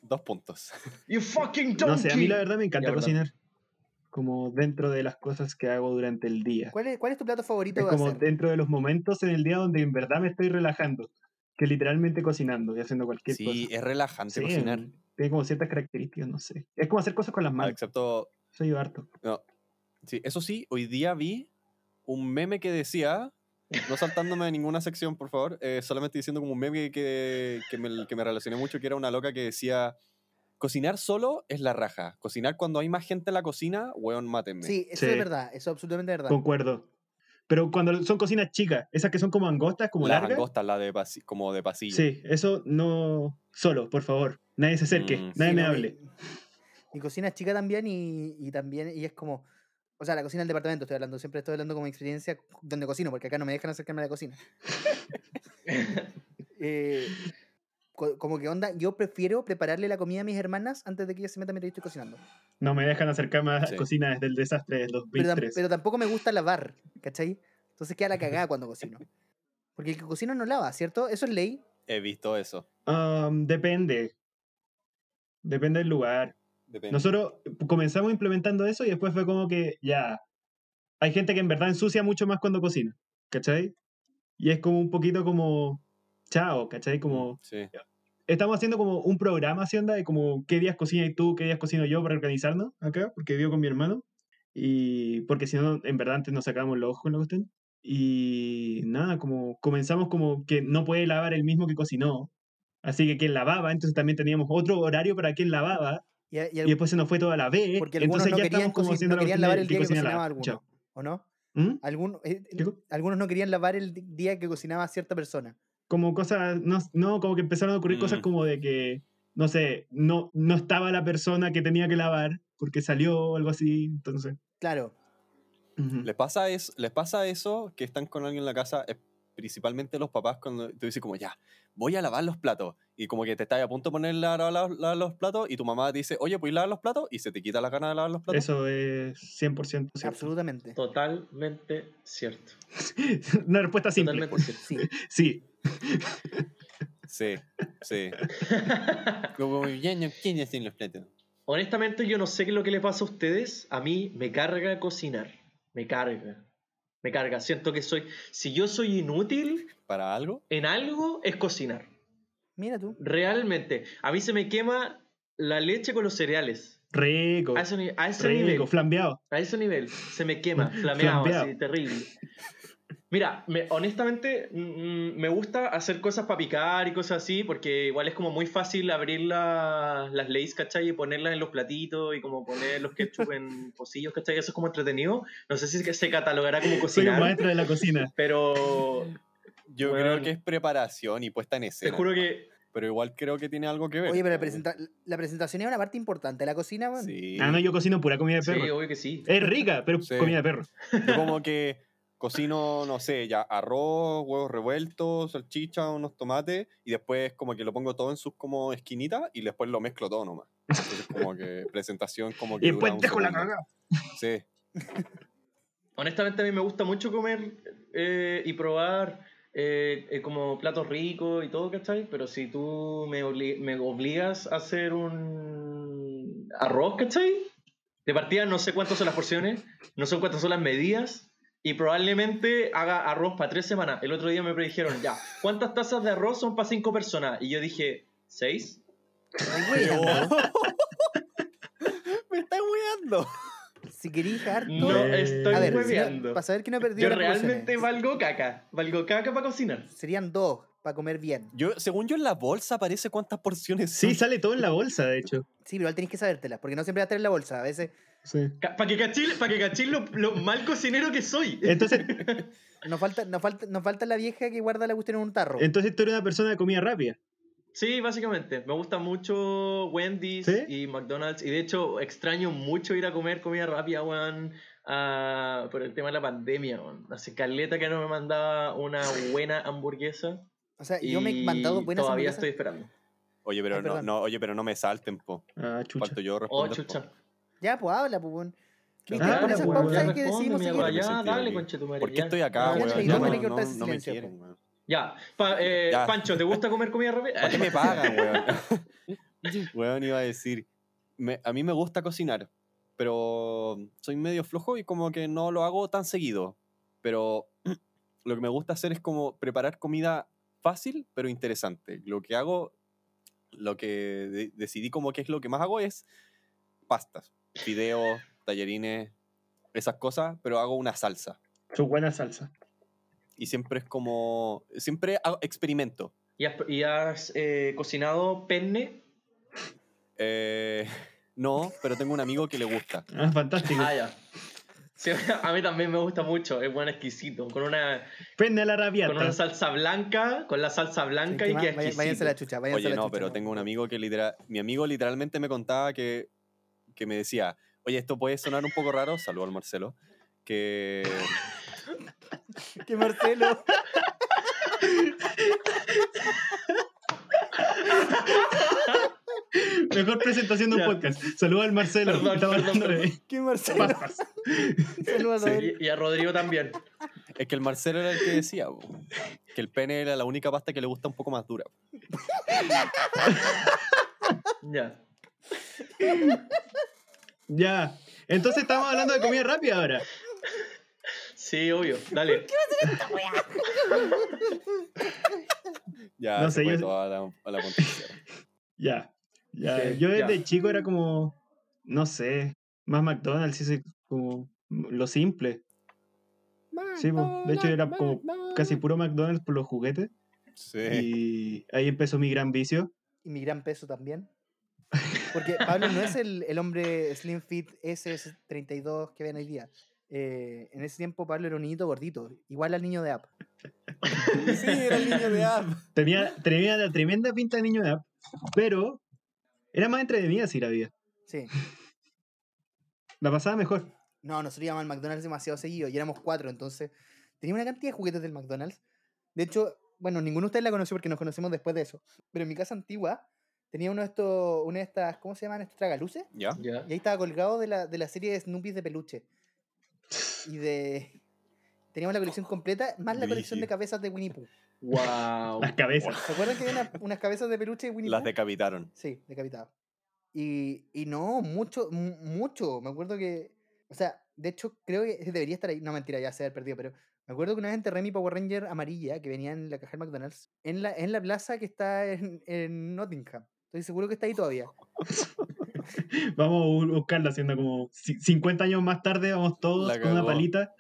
[SPEAKER 3] Dos puntos.
[SPEAKER 2] You fucking donkey.
[SPEAKER 4] No sé, a mí la verdad me encanta
[SPEAKER 2] Ya, perdón.
[SPEAKER 4] cocinar. Como dentro de las cosas que hago durante el día.
[SPEAKER 1] ¿Cuál es, cuál es tu plato favorito
[SPEAKER 4] Es
[SPEAKER 1] de
[SPEAKER 4] como
[SPEAKER 1] hacer?
[SPEAKER 4] dentro de los momentos en el día donde en verdad me estoy relajando. Que literalmente cocinando y haciendo cualquier
[SPEAKER 3] Sí,
[SPEAKER 4] cosa.
[SPEAKER 3] es relajante
[SPEAKER 4] Sí,
[SPEAKER 3] cocinar.
[SPEAKER 4] Tiene como ciertas características, no sé. Es como hacer cosas con las
[SPEAKER 3] Ah,
[SPEAKER 4] manos.
[SPEAKER 3] Excepto
[SPEAKER 4] Soy yo harto.
[SPEAKER 3] Sí, eso sí, hoy día vi un meme que decía, no saltándome de ninguna sección, por favor, eh, solamente diciendo como un meme que, que, me, que me relacioné mucho, que era una loca que decía, cocinar solo es la raja, cocinar cuando hay más gente en la cocina, weón, mátenme.
[SPEAKER 1] Sí, eso es
[SPEAKER 4] Sí.
[SPEAKER 1] verdad, eso es absolutamente verdad.
[SPEAKER 4] Concuerdo. Pero cuando son cocinas chicas, esas que son como angostas, como
[SPEAKER 3] Las
[SPEAKER 4] largas.
[SPEAKER 3] angostas, la de pasi- como de pasillo.
[SPEAKER 4] Sí, eso no. Solo, por favor. Nadie se acerque,
[SPEAKER 3] Mm,
[SPEAKER 4] nadie
[SPEAKER 1] Sí,
[SPEAKER 4] me
[SPEAKER 1] no, mi-
[SPEAKER 4] hable.
[SPEAKER 1] Mi cocina es chica también y, y también y es como, o sea, la cocina del departamento, estoy hablando, siempre estoy hablando como experiencia donde cocino, porque acá no me dejan acercarme a la cocina. Eh, co- como que onda, yo prefiero prepararle la comida a mis hermanas antes de que ellas se metan mientras yo estoy cocinando.
[SPEAKER 4] No me dejan acercarme a la
[SPEAKER 3] Sí.
[SPEAKER 4] cocina desde el desastre del
[SPEAKER 1] Pero, tam-
[SPEAKER 4] 2003.
[SPEAKER 1] pero tampoco me gusta lavar, ¿cachai? Entonces queda la cagada cuando cocino. Porque el que cocina no lava, ¿cierto? Eso es ley.
[SPEAKER 3] He visto eso.
[SPEAKER 4] Um, depende. Depende del lugar.
[SPEAKER 3] Depende.
[SPEAKER 4] Nosotros comenzamos implementando eso y después fue como que ya. Hay gente que en verdad ensucia mucho más cuando cocina, ¿cachai? Y es como un poquito como. Chao, ¿cachai? Como.
[SPEAKER 3] Sí.
[SPEAKER 4] Estamos haciendo como un programa, ¿sí onda? De como qué días cocinas tú, qué días cocino yo para organizarnos acá, porque vivo con mi hermano. Y porque si no, en verdad antes nos sacábamos los ojos con la cuestión. Y nada, como comenzamos como que no puede lavar el mismo que cocinó. Así que quien lavaba, entonces también teníamos otro horario para quien lavaba.
[SPEAKER 1] Y, a- y
[SPEAKER 4] Y
[SPEAKER 1] al-
[SPEAKER 4] después se nos fue toda la vez.
[SPEAKER 1] porque algunos
[SPEAKER 4] entonces
[SPEAKER 1] no
[SPEAKER 4] ya
[SPEAKER 1] querían,
[SPEAKER 4] estamos como
[SPEAKER 1] cocin-
[SPEAKER 4] haciendo
[SPEAKER 1] no
[SPEAKER 4] la
[SPEAKER 1] querían
[SPEAKER 4] cuestión
[SPEAKER 1] lavar
[SPEAKER 4] de
[SPEAKER 1] el día que
[SPEAKER 4] quien cocina
[SPEAKER 1] cocinaba
[SPEAKER 4] lava.
[SPEAKER 1] alguno,
[SPEAKER 4] Chao.
[SPEAKER 1] ¿o no?
[SPEAKER 4] ¿Mm?
[SPEAKER 1] Algun- eh, eh,
[SPEAKER 4] Chico.
[SPEAKER 1] algunos no querían lavar el di- día que cocinaba cierta persona.
[SPEAKER 4] como cosas, no, no, como que empezaron a ocurrir cosas
[SPEAKER 3] Mm.
[SPEAKER 4] como de que, no sé, no, no estaba la persona que tenía que lavar porque salió o algo así, entonces.
[SPEAKER 1] Claro,
[SPEAKER 4] ujú.
[SPEAKER 3] ¿Les pasa, es, ¿Les pasa eso que están con alguien en la casa, eh, principalmente los papás, cuando tú dices como, ya, voy a lavar los platos? Y como que te estás a punto de poner a lavar, lavar- lavar los platos y tu mamá te dice, oye, ¿puedes lavar los platos? Y se te quita la gana de lavar los platos.
[SPEAKER 4] Eso es 100% cierto.
[SPEAKER 1] absolutamente.
[SPEAKER 2] Totalmente cierto.
[SPEAKER 4] Una respuesta simple.
[SPEAKER 2] Totalmente cierto.
[SPEAKER 1] Sí.
[SPEAKER 4] Sí.
[SPEAKER 3] Sí, sí. como, ya no quiero hacer los platos.
[SPEAKER 2] Honestamente, yo no sé qué es lo que le pasa a ustedes. A mí me carga cocinar. Me carga. Me carga. Siento que soy. Si yo soy inútil
[SPEAKER 3] ¿Para algo?
[SPEAKER 2] en algo, es cocinar.
[SPEAKER 1] Mira tú.
[SPEAKER 2] Realmente. A mí se me quema la leche con los cereales.
[SPEAKER 4] Rico.
[SPEAKER 2] A ese, ni- a ese nivel.
[SPEAKER 4] Rico, flambeado.
[SPEAKER 2] A ese nivel se me quema, flameado,
[SPEAKER 4] Flambeado.
[SPEAKER 2] así, terrible. Mira, me- honestamente mm, mm, me gusta hacer cosas para picar y cosas así, porque igual es como muy fácil abrir la- las leyes, ¿cachai? Y ponerlas en los platitos y como poner los ketchup en pocillos, ¿cachai? Eso es como entretenido. No sé si es que se catalogará como
[SPEAKER 4] Soy un
[SPEAKER 2] cocinar,
[SPEAKER 4] maestro de la cocina.
[SPEAKER 2] pero
[SPEAKER 3] Yo
[SPEAKER 2] Bueno.
[SPEAKER 3] creo que es preparación y puesta en
[SPEAKER 2] te
[SPEAKER 3] escena.
[SPEAKER 2] juro que
[SPEAKER 3] Pero igual creo que tiene algo que ver.
[SPEAKER 1] Oye, pero la,
[SPEAKER 3] ¿cachai?
[SPEAKER 1] presenta- la presentación es una parte importante. La cocina, weón.
[SPEAKER 3] Sí.
[SPEAKER 4] Ah, no, yo cocino pura comida de
[SPEAKER 2] Sí,
[SPEAKER 4] perro.
[SPEAKER 2] obvio que sí.
[SPEAKER 4] es rica, pero es
[SPEAKER 3] Sí.
[SPEAKER 4] comida de perro.
[SPEAKER 3] Yo como que cocino, no sé, ya arroz, huevos revueltos, salchicha, unos tomates, y después como que lo pongo todo en sus como esquinitas y después lo mezclo todo nomás. Entonces como que presentación como que...
[SPEAKER 4] Y
[SPEAKER 3] dura
[SPEAKER 4] después
[SPEAKER 3] un
[SPEAKER 4] dejo la
[SPEAKER 3] segundo.
[SPEAKER 4] cagada.
[SPEAKER 3] Sí.
[SPEAKER 2] Honestamente a mí me gusta mucho comer eh, y probar eh, eh, como platos ricos y todo, ¿cachai? Pero si tú me, obli- me obligas a hacer un arroz, ¿cachai? De partida no sé cuántas son las porciones, no sé cuántas son las medidas y probablemente haga arroz para tres semanas. El otro día me predijeron, ya, ¿cuántas tazas de arroz son para cinco personas? Y yo dije, ¿seis?
[SPEAKER 1] Ay, güey, anda.
[SPEAKER 3] Me está hueando.
[SPEAKER 1] si querís harto.
[SPEAKER 2] No
[SPEAKER 4] Eh,
[SPEAKER 2] estoy
[SPEAKER 1] a ver, si no-
[SPEAKER 2] hueveando.
[SPEAKER 1] para saber que no he perdido
[SPEAKER 2] Yo
[SPEAKER 1] las porciones.
[SPEAKER 2] realmente valgo caca, valgo caca para cocinar.
[SPEAKER 1] Serían dos para comer bien.
[SPEAKER 3] Yo, según yo en la bolsa aparece cuántas porciones
[SPEAKER 4] Sí,
[SPEAKER 3] son.
[SPEAKER 4] sale todo en la bolsa, de hecho.
[SPEAKER 1] Sí, pero igual tenés que sabértelas, porque no siempre vas a tener la bolsa. A veces
[SPEAKER 4] Sí.
[SPEAKER 2] Para que cachil, pa' que cachil lo, lo mal cocinero que soy.
[SPEAKER 3] Eh,
[SPEAKER 4] Entonces,
[SPEAKER 1] nos falta, nos falta, nos falta la vieja que guarda la cuestión en un tarro.
[SPEAKER 4] entonces tú eres una persona de comida rápida.
[SPEAKER 2] Sí, básicamente. Me gusta mucho Wendy's
[SPEAKER 4] ¿Sí?
[SPEAKER 2] y McDonald's. Y de hecho, extraño mucho ir a comer comida rápida, weón. ah, por el tema de la pandemia, weón. Hace caleta que no me mandaba una buena hamburguesa.
[SPEAKER 1] O sea,
[SPEAKER 2] Y
[SPEAKER 1] yo me he mandado buenas
[SPEAKER 2] Todavía
[SPEAKER 1] hamburguesas.
[SPEAKER 2] estoy esperando.
[SPEAKER 3] Oye, pero
[SPEAKER 1] Ay,
[SPEAKER 3] no,
[SPEAKER 1] perdón.
[SPEAKER 3] no, oye, pero no me salten, po.
[SPEAKER 4] Ah, chucha.
[SPEAKER 3] Falto yo
[SPEAKER 2] Oh,
[SPEAKER 3] responder. po.
[SPEAKER 2] chucha.
[SPEAKER 1] Ya, pues habla, pues. weón.
[SPEAKER 2] Ah,
[SPEAKER 1] Viste,
[SPEAKER 4] habla,
[SPEAKER 1] con esas
[SPEAKER 4] pues,
[SPEAKER 1] pausas
[SPEAKER 4] ya
[SPEAKER 1] es que decidimos
[SPEAKER 2] responde, mi
[SPEAKER 1] seguir.
[SPEAKER 3] amigo.
[SPEAKER 2] Ya,
[SPEAKER 3] Sentido
[SPEAKER 2] dale,
[SPEAKER 3] aquí.
[SPEAKER 2] conchetumare,
[SPEAKER 3] Ah, ¿Por qué
[SPEAKER 2] ya.
[SPEAKER 3] estoy acá,
[SPEAKER 2] Ya,
[SPEAKER 1] weón?
[SPEAKER 3] weón?
[SPEAKER 1] y
[SPEAKER 3] Ya
[SPEAKER 1] tú
[SPEAKER 3] no,
[SPEAKER 1] tenés que
[SPEAKER 3] no-
[SPEAKER 1] cortar ese
[SPEAKER 3] no me
[SPEAKER 1] silencio,
[SPEAKER 3] quieren, weón.
[SPEAKER 2] Ya. Pa- eh,
[SPEAKER 3] Ya.
[SPEAKER 2] Pancho, ¿te gusta comer comida rápida?
[SPEAKER 3] ¿Para qué me pagan, weón? weón iba a decir, me- a mí me gusta cocinar, pero soy medio flojo y como que no lo hago tan seguido. Pero lo que me gusta hacer es como preparar comida fácil, pero interesante. Lo que hago, lo que de- decidí como que es lo que más hago es pastas, fideos, tallarines, esas cosas, pero hago una salsa.
[SPEAKER 4] Su buena salsa.
[SPEAKER 3] Y siempre es como, siempre hago- experimento.
[SPEAKER 2] ¿Y has, y has, eh, cocinado penne?
[SPEAKER 3] Eh, no, pero tengo un amigo que le gusta.
[SPEAKER 4] Ah, fantástico.
[SPEAKER 2] Ah, ya. Sí, a mí también me gusta mucho, es buen exquisito. Con una,
[SPEAKER 4] Pende a la
[SPEAKER 2] con una
[SPEAKER 4] rabiata.
[SPEAKER 2] salsa blanca, con la salsa blanca y
[SPEAKER 1] Vaya-
[SPEAKER 2] que
[SPEAKER 1] vaya- Váyanse a la
[SPEAKER 2] exquisito.
[SPEAKER 1] chucha, váyanse a
[SPEAKER 3] Oye,
[SPEAKER 1] la
[SPEAKER 3] no,
[SPEAKER 1] chucha.
[SPEAKER 3] pero tengo un amigo que literal, mi amigo literalmente me contaba que, que me decía, oye, esto puede sonar un poco raro, saludo al Marcelo, que,
[SPEAKER 1] Que Marcelo.
[SPEAKER 4] Mejor presentación de un
[SPEAKER 2] Ya.
[SPEAKER 4] podcast. Saluda al Marcelo.
[SPEAKER 2] Perdón,
[SPEAKER 4] Estaba
[SPEAKER 2] perdón,
[SPEAKER 4] hablando de
[SPEAKER 1] Que Marcelo.
[SPEAKER 4] pastas.
[SPEAKER 1] Saludos a él.
[SPEAKER 2] Y, y a Rodrigo también.
[SPEAKER 3] es que el Marcelo era el que decía, po, que el pene era la única pasta que le gusta un poco más dura.
[SPEAKER 2] Ya.
[SPEAKER 4] Ya. Entonces estamos hablando de comida rápida ahora.
[SPEAKER 2] Sí, obvio. Dale.
[SPEAKER 3] Ya,
[SPEAKER 4] No
[SPEAKER 3] se
[SPEAKER 4] sé,
[SPEAKER 3] fue
[SPEAKER 4] yo-
[SPEAKER 3] todo a la, a la pontificia.
[SPEAKER 4] Ya. ya.
[SPEAKER 2] Sí,
[SPEAKER 4] Yo
[SPEAKER 2] ya.
[SPEAKER 4] desde chico era como, no sé, más McDonald's, sí, sí, como lo simple. Sí, po. de hecho era como casi puro McDonald's por los juguetes.
[SPEAKER 3] Sí.
[SPEAKER 4] Y ahí empezó mi gran vicio.
[SPEAKER 1] Y mi gran peso también. Porque Pablo no es el, el hombre Slim Fit S32 que ven hoy día. Eh, en ese tiempo Pablo era un niñito gordito, igual al niño de App.
[SPEAKER 3] sí, era el niño de app.
[SPEAKER 4] Tenía, tenía la tremenda pinta de niño de app, pero era más entretenida si la vida.
[SPEAKER 1] Sí.
[SPEAKER 4] La pasaba mejor.
[SPEAKER 1] No, nosotros íbamos al McDonald's demasiado seguido y éramos cuatro, entonces tenía una cantidad de juguetes del McDonald's. De hecho, bueno, ninguno de ustedes la conoció porque nos conocemos después de eso. Pero en mi casa antigua tenía uno de estos, una de estas, ¿cómo se llaman? Estas tragaluces.
[SPEAKER 3] Ya.
[SPEAKER 2] Ya.
[SPEAKER 1] Y ahí estaba colgado de la, de la serie de Snoopy de peluche. Y de. Teníamos la colección completa, más la colección de
[SPEAKER 3] Brígido.
[SPEAKER 1] cabezas de Winnie Pooh.
[SPEAKER 2] Wow.
[SPEAKER 4] Las cabezas.
[SPEAKER 1] ¿Se acuerdan que había una- unas cabezas de peluche de Winnie
[SPEAKER 3] Las
[SPEAKER 1] Pooh?
[SPEAKER 3] decapitaron.
[SPEAKER 1] Sí, decapitado. Y, y no, mucho, mu- mucho. Me acuerdo que. O sea, de hecho, creo que ese debería estar ahí. No, mentira, ya se ha perdido, pero. Me acuerdo que una vez enterré mi Power Ranger amarilla que venía en la caja del McDonald's en la, en la plaza que está en, en Nottingham. Estoy seguro que está ahí todavía.
[SPEAKER 4] Vamos a bu- buscarla haciendo como ci- 50 años más tarde, vamos todos
[SPEAKER 3] La
[SPEAKER 4] con una
[SPEAKER 3] cagó.
[SPEAKER 4] palita.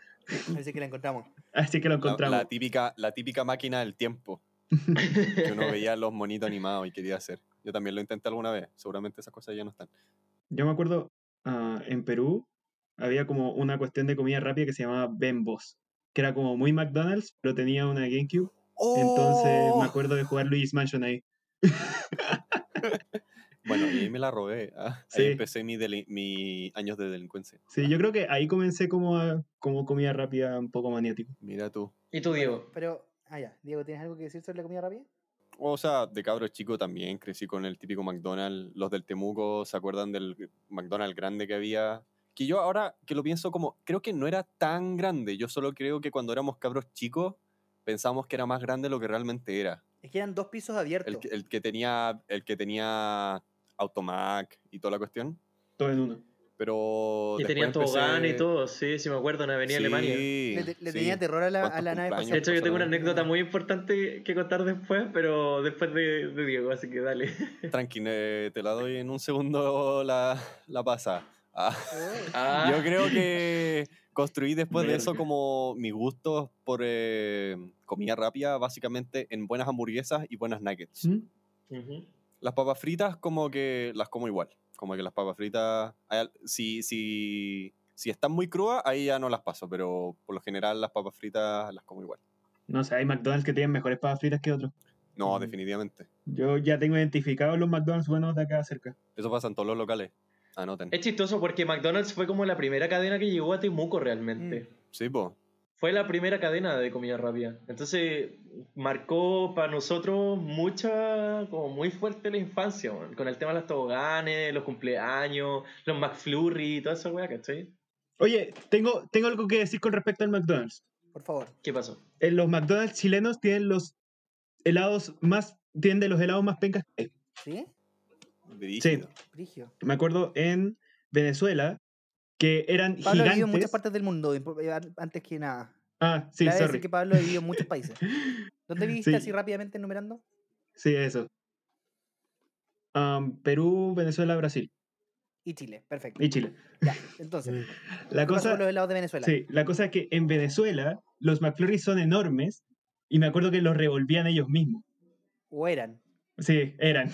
[SPEAKER 1] Así que la encontramos.
[SPEAKER 4] Así que lo
[SPEAKER 3] La,
[SPEAKER 4] encontramos.
[SPEAKER 3] la típica, la típica máquina del tiempo. Que uno veía los monitos animados y quería hacer. Yo también lo intenté alguna vez. Seguramente esas cosas ya no están.
[SPEAKER 4] Yo me acuerdo ah, en Perú había como una cuestión de comida rápida que se llamaba Bembos, que era
[SPEAKER 2] Oh.
[SPEAKER 3] Oh.
[SPEAKER 4] como muy McDonald's, pero tenía una GameCube. Entonces me acuerdo de jugar Luigi's Mansion ahí.
[SPEAKER 3] Bueno, y ahí me la robé. ah,
[SPEAKER 4] Sí.
[SPEAKER 3] Ahí empecé mi deli- mi años de delincuencia.
[SPEAKER 4] Sí, yo creo que ahí comencé como, a- como comida rápida un poco maniático.
[SPEAKER 3] Mira tú.
[SPEAKER 2] ¿Y tú, Diego?
[SPEAKER 1] Pero, ah, ya. Diego, ¿tienes algo que decir sobre la comida rápida?
[SPEAKER 3] O sea, de cabro chico también crecí con el típico McDonald's. Los del Temuco, ¿se acuerdan del McDonald's grande que había? Que yo ahora que lo pienso como, creo que no era tan grande. Yo solo creo que cuando éramos cabros chicos pensamos que era más grande de lo que realmente era.
[SPEAKER 1] Es que eran dos pisos abiertos.
[SPEAKER 3] El, que- el que tenía el que tenía automac y toda la cuestión.
[SPEAKER 4] Todo en uno.
[SPEAKER 3] Pero
[SPEAKER 2] Y
[SPEAKER 3] después
[SPEAKER 2] tenían tobogán y
[SPEAKER 3] empecé-
[SPEAKER 2] todo, sí, sí me acuerdo, en Avenida Alemania.
[SPEAKER 3] Sí,
[SPEAKER 1] le le
[SPEAKER 3] sí.
[SPEAKER 1] tenía terror a la, a
[SPEAKER 3] ¿Cuántos
[SPEAKER 1] la nave
[SPEAKER 3] cumpleaños?
[SPEAKER 1] espacial.
[SPEAKER 2] De hecho, yo tengo una
[SPEAKER 3] Pasaron.
[SPEAKER 2] anécdota muy importante que contar después, pero después de, de Diego, así que dale.
[SPEAKER 3] Tranqui, eh, te la doy en un segundo la, la pasa. Ah,
[SPEAKER 1] Oh,
[SPEAKER 3] Yo creo que construí después de eso
[SPEAKER 2] Verga.
[SPEAKER 3] como mis gustos por eh, comida rápida, básicamente en buenas hamburguesas y buenas nuggets.
[SPEAKER 4] ¿Mm?
[SPEAKER 2] Ujú.
[SPEAKER 3] Las papas fritas como que las como igual. Como que las papas fritas, hay al- si, si, si están muy crudas, ahí ya no las paso, pero por lo general las papas fritas las como igual.
[SPEAKER 4] No sé, hay McDonald's que tienen mejores papas fritas que otros.
[SPEAKER 3] No,
[SPEAKER 4] Mm.
[SPEAKER 3] definitivamente.
[SPEAKER 4] Yo ya tengo identificados los McDonald's buenos de acá cerca.
[SPEAKER 3] Eso pasa en todos los locales. Anoten.
[SPEAKER 2] Es chistoso porque McDonald's fue como la primera cadena que llegó a Temuco
[SPEAKER 1] Mm.
[SPEAKER 2] realmente.
[SPEAKER 3] Sí, po.
[SPEAKER 2] Fue la primera cadena de comida rápida. Entonces, marcó para nosotros mucha, como muy fuerte la infancia, weón, con el tema de los toboganes, los cumpleaños, los McFlurry y toda esa weá, ¿cachai?
[SPEAKER 4] Oye, tengo, tengo algo que decir con respecto al McDonald's.
[SPEAKER 1] por favor.
[SPEAKER 2] ¿Qué pasó?
[SPEAKER 4] Eh, los McDonald's chilenos tienen los helados más, tienen de los helados más pencas. que hay.
[SPEAKER 1] ¿Sí?
[SPEAKER 3] Brígido.
[SPEAKER 1] Brigio.
[SPEAKER 4] Me acuerdo en Venezuela que eran
[SPEAKER 1] Pablo ha vivido en
[SPEAKER 4] gigantes.
[SPEAKER 1] muchas partes del mundo, impo- eh, an- antes que nada.
[SPEAKER 4] Ah, sí,
[SPEAKER 1] Cabe decir
[SPEAKER 4] sorry.
[SPEAKER 1] que Pablo ha vivido en muchos países. ¿Dónde viviste
[SPEAKER 4] Sí.
[SPEAKER 1] así rápidamente enumerando?
[SPEAKER 4] Sí, eso. Am, Perú, Venezuela, Brasil
[SPEAKER 1] Y Chile, perfecto.
[SPEAKER 4] y Chile.
[SPEAKER 1] Ya, entonces,
[SPEAKER 4] La
[SPEAKER 1] ¿qué pasó
[SPEAKER 4] cosa,
[SPEAKER 1] con los helados de Venezuela?
[SPEAKER 4] sí, la cosa es que en Venezuela los McFlurry son enormes y me acuerdo que los revolvían ellos mismos.
[SPEAKER 1] ¿O eran?
[SPEAKER 4] Sí, eran,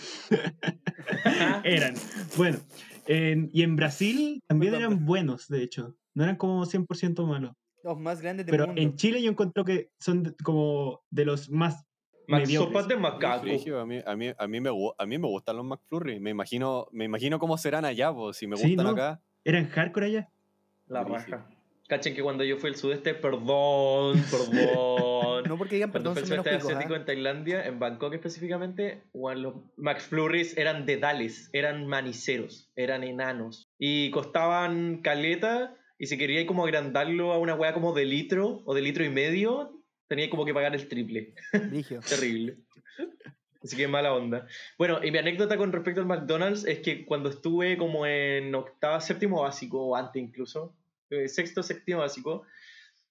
[SPEAKER 2] Ajá.
[SPEAKER 4] eran. Bueno, en- y en Brasil también
[SPEAKER 1] Perdón,
[SPEAKER 4] eran buenos, de hecho. No eran como 100% malos.
[SPEAKER 1] Los más grandes del
[SPEAKER 4] Pero
[SPEAKER 1] mundo.
[SPEAKER 4] en Chile yo encuentro que son de- como de los más
[SPEAKER 2] Mac-
[SPEAKER 4] mediocres.
[SPEAKER 2] Sopas de macaco.
[SPEAKER 3] Brígido, a mí, a, mí, a, mí me, gu- a mí me gustan los McFlurry. Me imagino, me imagino cómo serán allá, pues, si me
[SPEAKER 4] Sí,
[SPEAKER 3] gustan
[SPEAKER 4] ¿no?
[SPEAKER 3] acá.
[SPEAKER 4] Eran hardcore allá.
[SPEAKER 2] La
[SPEAKER 3] Brígido.
[SPEAKER 2] raja. Cachen que cuando yo fui al sudeste, perdón, perdón.
[SPEAKER 1] pues, No porque digan
[SPEAKER 2] Cuando
[SPEAKER 1] perdón,
[SPEAKER 2] fui al
[SPEAKER 1] son menos
[SPEAKER 2] sudeste
[SPEAKER 1] cuicos,
[SPEAKER 2] asiático
[SPEAKER 1] ¿ah?
[SPEAKER 2] en Tailandia, en Bangkok específicamente, weón, los McFlurries eran dedales, eran maniceros, eran enanos. Y costaban caleta, y si queríais como agrandarlo a una weá como de litro o de litro y medio, teníais como que pagar el triple.
[SPEAKER 1] Brigio.
[SPEAKER 2] Terrible. Así que mala onda. Bueno, y mi anécdota con respecto al McDonald's es que cuando estuve como en octava, séptimo básico, o antes incluso, eh, sexto, séptimo básico,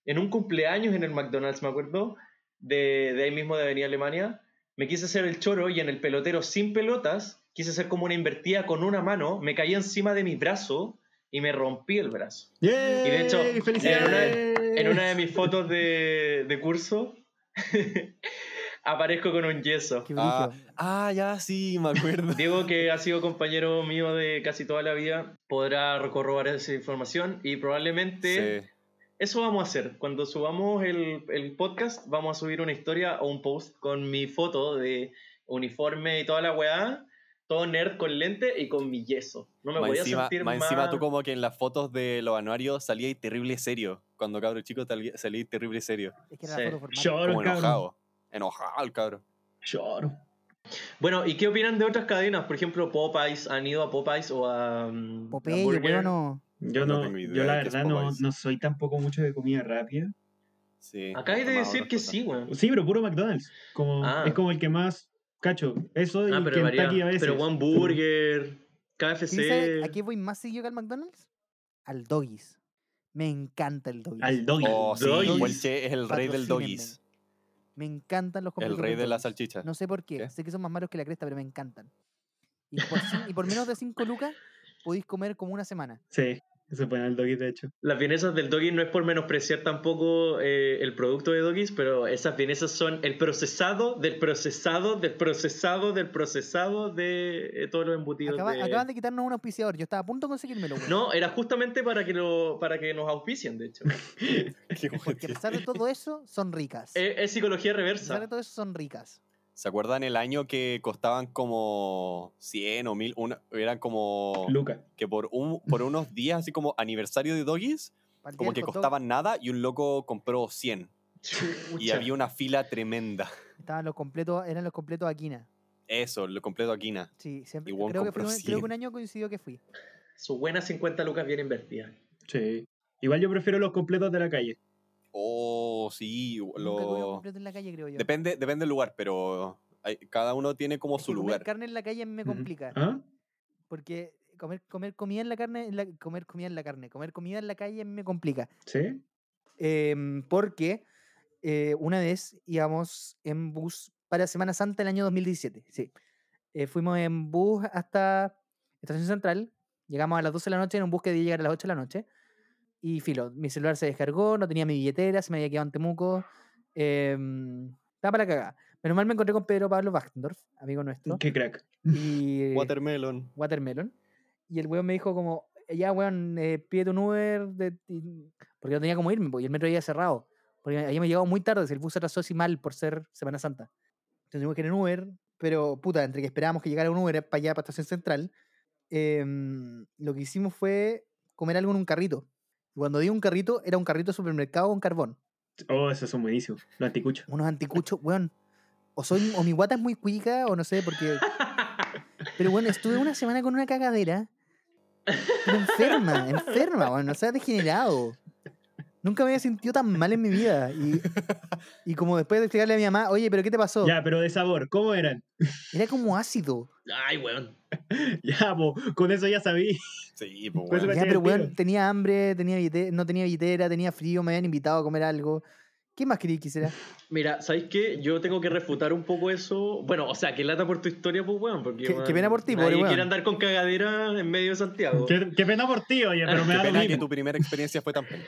[SPEAKER 2] en un cumpleaños en el McDonald's, me acuerdo, de, de ahí mismo de Avenida Alemania, me quise hacer el choro y en el pelotero sin pelotas, quise hacer como una invertida con una mano, me caí encima de mi brazo y me rompí el brazo.
[SPEAKER 4] ¡Yay!
[SPEAKER 2] de hecho, en una-
[SPEAKER 4] ¡Felicidades!
[SPEAKER 2] En una de mis fotos de, de curso, aparezco con un yeso.
[SPEAKER 1] Qué
[SPEAKER 3] Ah,
[SPEAKER 1] brigio.
[SPEAKER 3] ah, ya sí, me acuerdo.
[SPEAKER 2] Diego, que ha sido compañero mío de casi toda la vida, podrá corroborar esa información y probablemente
[SPEAKER 3] Sí.
[SPEAKER 2] eso vamos a hacer. Cuando subamos el, el podcast, vamos a subir una historia o un post con mi foto de uniforme y toda la weá, todo nerd con lente y con mi yeso. No me
[SPEAKER 3] Más
[SPEAKER 2] voy a
[SPEAKER 3] encima,
[SPEAKER 2] sentir
[SPEAKER 3] más
[SPEAKER 2] más.
[SPEAKER 3] encima tú como que en las fotos de los anuarios salía terrible serio. Cuando cabro chico salía salí terrible serio.
[SPEAKER 1] Es que era
[SPEAKER 2] sí.
[SPEAKER 1] la foto formal.
[SPEAKER 4] Lloro,
[SPEAKER 3] Como
[SPEAKER 4] cabrón.
[SPEAKER 3] enojado. Enojado el cabro.
[SPEAKER 4] Lloro.
[SPEAKER 2] Bueno, ¿y qué opinan de otras cadenas? Por ejemplo, Popeyes. ¿Han ido a Popeyes o a. um,
[SPEAKER 1] Popeye,
[SPEAKER 2] Burger?
[SPEAKER 1] huevano.
[SPEAKER 4] Yo
[SPEAKER 3] No
[SPEAKER 4] no,
[SPEAKER 3] tengo idea
[SPEAKER 4] yo la
[SPEAKER 3] de qué es
[SPEAKER 4] verdad no,
[SPEAKER 3] Popeyes.
[SPEAKER 4] no soy tampoco mucho de comida rápida.
[SPEAKER 3] Sí.
[SPEAKER 2] Acá hay de
[SPEAKER 3] tomaba
[SPEAKER 2] decir
[SPEAKER 3] otras
[SPEAKER 2] que
[SPEAKER 3] cosas.
[SPEAKER 2] sí, weón.
[SPEAKER 4] Sí, pero puro McDonald's. Como,
[SPEAKER 2] Ah.
[SPEAKER 4] Es como el que más cacho. Eso y
[SPEAKER 2] Ah, pero
[SPEAKER 4] Kentucky
[SPEAKER 2] varía.
[SPEAKER 4] a veces.
[SPEAKER 2] Pero One Burger,
[SPEAKER 1] ¿Sí sabes ¿A
[SPEAKER 2] KFC.
[SPEAKER 1] qué voy más seguido que al McDonald's? Al Doggies. Me encanta el Doggies.
[SPEAKER 4] Al doggy.
[SPEAKER 3] Oh, sí,
[SPEAKER 2] Doggies.
[SPEAKER 3] Bolche es el rey del
[SPEAKER 1] Patrocínenme.
[SPEAKER 3] doggies.
[SPEAKER 1] Me encantan los
[SPEAKER 3] El
[SPEAKER 1] completos
[SPEAKER 3] rey
[SPEAKER 1] del
[SPEAKER 3] de la
[SPEAKER 1] Doggies.
[SPEAKER 3] salchicha.
[SPEAKER 1] No sé por qué.
[SPEAKER 3] ¿Qué?
[SPEAKER 1] Sé que son más malos que la cresta, pero me encantan. Y por, cin- y por menos de 5 lucas podéis comer como una semana.
[SPEAKER 4] Sí, se pone al doggy de hecho.
[SPEAKER 2] Las vienesas del Doggy no es por menospreciar tampoco eh, el producto de Doggies, pero esas vienesas son el procesado del procesado del procesado del procesado de eh, todos los embutidos.
[SPEAKER 1] Acaba-
[SPEAKER 2] de-
[SPEAKER 1] Acaban de quitarnos un auspiciador. Yo estaba a punto de conseguírmelo. weón.
[SPEAKER 2] No, era justamente para que, lo, para que nos auspicien, de hecho.
[SPEAKER 3] Qué
[SPEAKER 1] Porque a pesar de todo eso, son ricas.
[SPEAKER 2] es, es psicología
[SPEAKER 1] A pesar de
[SPEAKER 2] reversa.
[SPEAKER 1] todo eso, son ricas.
[SPEAKER 3] ¿Se acuerdan el año que costaban como 100 o 1000? Una, eran como
[SPEAKER 4] Luca.
[SPEAKER 3] que por, un, por unos días, así como aniversario de Doggies,
[SPEAKER 1] Para el día
[SPEAKER 3] como
[SPEAKER 1] del
[SPEAKER 3] que
[SPEAKER 1] hot dog,
[SPEAKER 3] costaban nada y un loco compró 100. Y
[SPEAKER 2] Chucha.
[SPEAKER 3] había una fila tremenda.
[SPEAKER 1] Estaban los completos, eran los completos Aquina.
[SPEAKER 3] Eso, lo completo Aquina.
[SPEAKER 1] Sí, siempre.
[SPEAKER 3] Y Wong
[SPEAKER 1] Creo que,
[SPEAKER 3] compró
[SPEAKER 1] fue un- creo que
[SPEAKER 3] 100.
[SPEAKER 1] un año coincidió que fui.
[SPEAKER 2] Sus buenas 50 lucas bien invertidas.
[SPEAKER 4] Sí. Igual yo prefiero los completos de la calle.
[SPEAKER 3] Oh, sí.
[SPEAKER 1] Nunca he comido
[SPEAKER 3] Lo...
[SPEAKER 1] completo en la calle, creo yo.
[SPEAKER 3] Depende, depende del lugar, pero hay- cada uno tiene como
[SPEAKER 1] Es
[SPEAKER 3] su
[SPEAKER 1] que comer
[SPEAKER 3] lugar.
[SPEAKER 1] carne en la calle me
[SPEAKER 4] Ujú.
[SPEAKER 1] complica.
[SPEAKER 4] ¿Ah?
[SPEAKER 1] Porque comer, comer comida en la carne, en la- comer comida en la carne, comer comida en la calle me complica.
[SPEAKER 4] Sí.
[SPEAKER 1] Em, porque eh, una vez íbamos en bus para Semana Santa el año 2017, sí. Eh, fuimos en bus hasta Estación Central, llegamos a las 12 de la noche en un bus que debía llegar a las 8 de la noche. Y filo, mi celular se descargó, no tenía mi billetera, se me había quedado en Temuco. em, estaba para cagar. Menos mal me encontré con Pedro Pablo Wachtendorf, amigo nuestro.
[SPEAKER 4] Qué crack.
[SPEAKER 1] Y, eh,
[SPEAKER 3] Watermelon.
[SPEAKER 1] Watermelon. Y el weón me dijo como, ya weón, eh, pídete un Uber, de, y- porque no tenía como irme, porque el metro había cerrado. Porque habíamos llegado muy tarde, si el bus se atrasó así mal por ser Semana Santa. Entonces tuvimos que ir en Uber, pero puta, entre que esperábamos que llegara un Uber para allá, para Estación Central, em, lo que hicimos fue comer algo en un carrito. Y Cuando di un carrito, era un carrito de supermercado con carbón.
[SPEAKER 4] Oh, esos son buenísimos. Los anticuchos.
[SPEAKER 1] Unos anticuchos, weón. O, soy, o mi guata es muy cuica, o no sé, porque pero bueno, estuve una semana con una cagadera. Pero enferma, enferma, bueno, o sea, degenerado. Nunca me había sentido tan mal en mi vida. Y, y como después de explicarle a mi mamá, oye, pero ¿qué te pasó?
[SPEAKER 4] Ya, pero de sabor, ¿cómo eran?
[SPEAKER 1] Era como ácido.
[SPEAKER 2] Ay, weón.
[SPEAKER 4] Ya, po, con eso ya sabí.
[SPEAKER 3] Sí, pues
[SPEAKER 4] Pues
[SPEAKER 3] bueno.
[SPEAKER 4] me-
[SPEAKER 1] Ya,
[SPEAKER 4] hacía
[SPEAKER 1] pero
[SPEAKER 4] el
[SPEAKER 1] bueno,
[SPEAKER 4] tiro.
[SPEAKER 1] tenía hambre, tenía billete- no tenía billetera, tenía frío, me habían invitado a comer algo. ¿Qué más quería que quisiera?
[SPEAKER 2] Mira, ¿sabéis qué? Yo tengo que refutar un poco eso. Bueno, o sea, que lata por tu historia, pues, weón. Porque,
[SPEAKER 1] Qué- qué
[SPEAKER 2] weón,
[SPEAKER 1] pena por ti,
[SPEAKER 2] nadie
[SPEAKER 1] pobre weón.
[SPEAKER 2] quiere andar con cagadera en medio de Santiago.
[SPEAKER 4] Qué, qué pena por ti, oye, pero
[SPEAKER 3] Qué
[SPEAKER 4] me da lo
[SPEAKER 3] pena que
[SPEAKER 4] mismo.
[SPEAKER 3] tu primera experiencia fue tan penca.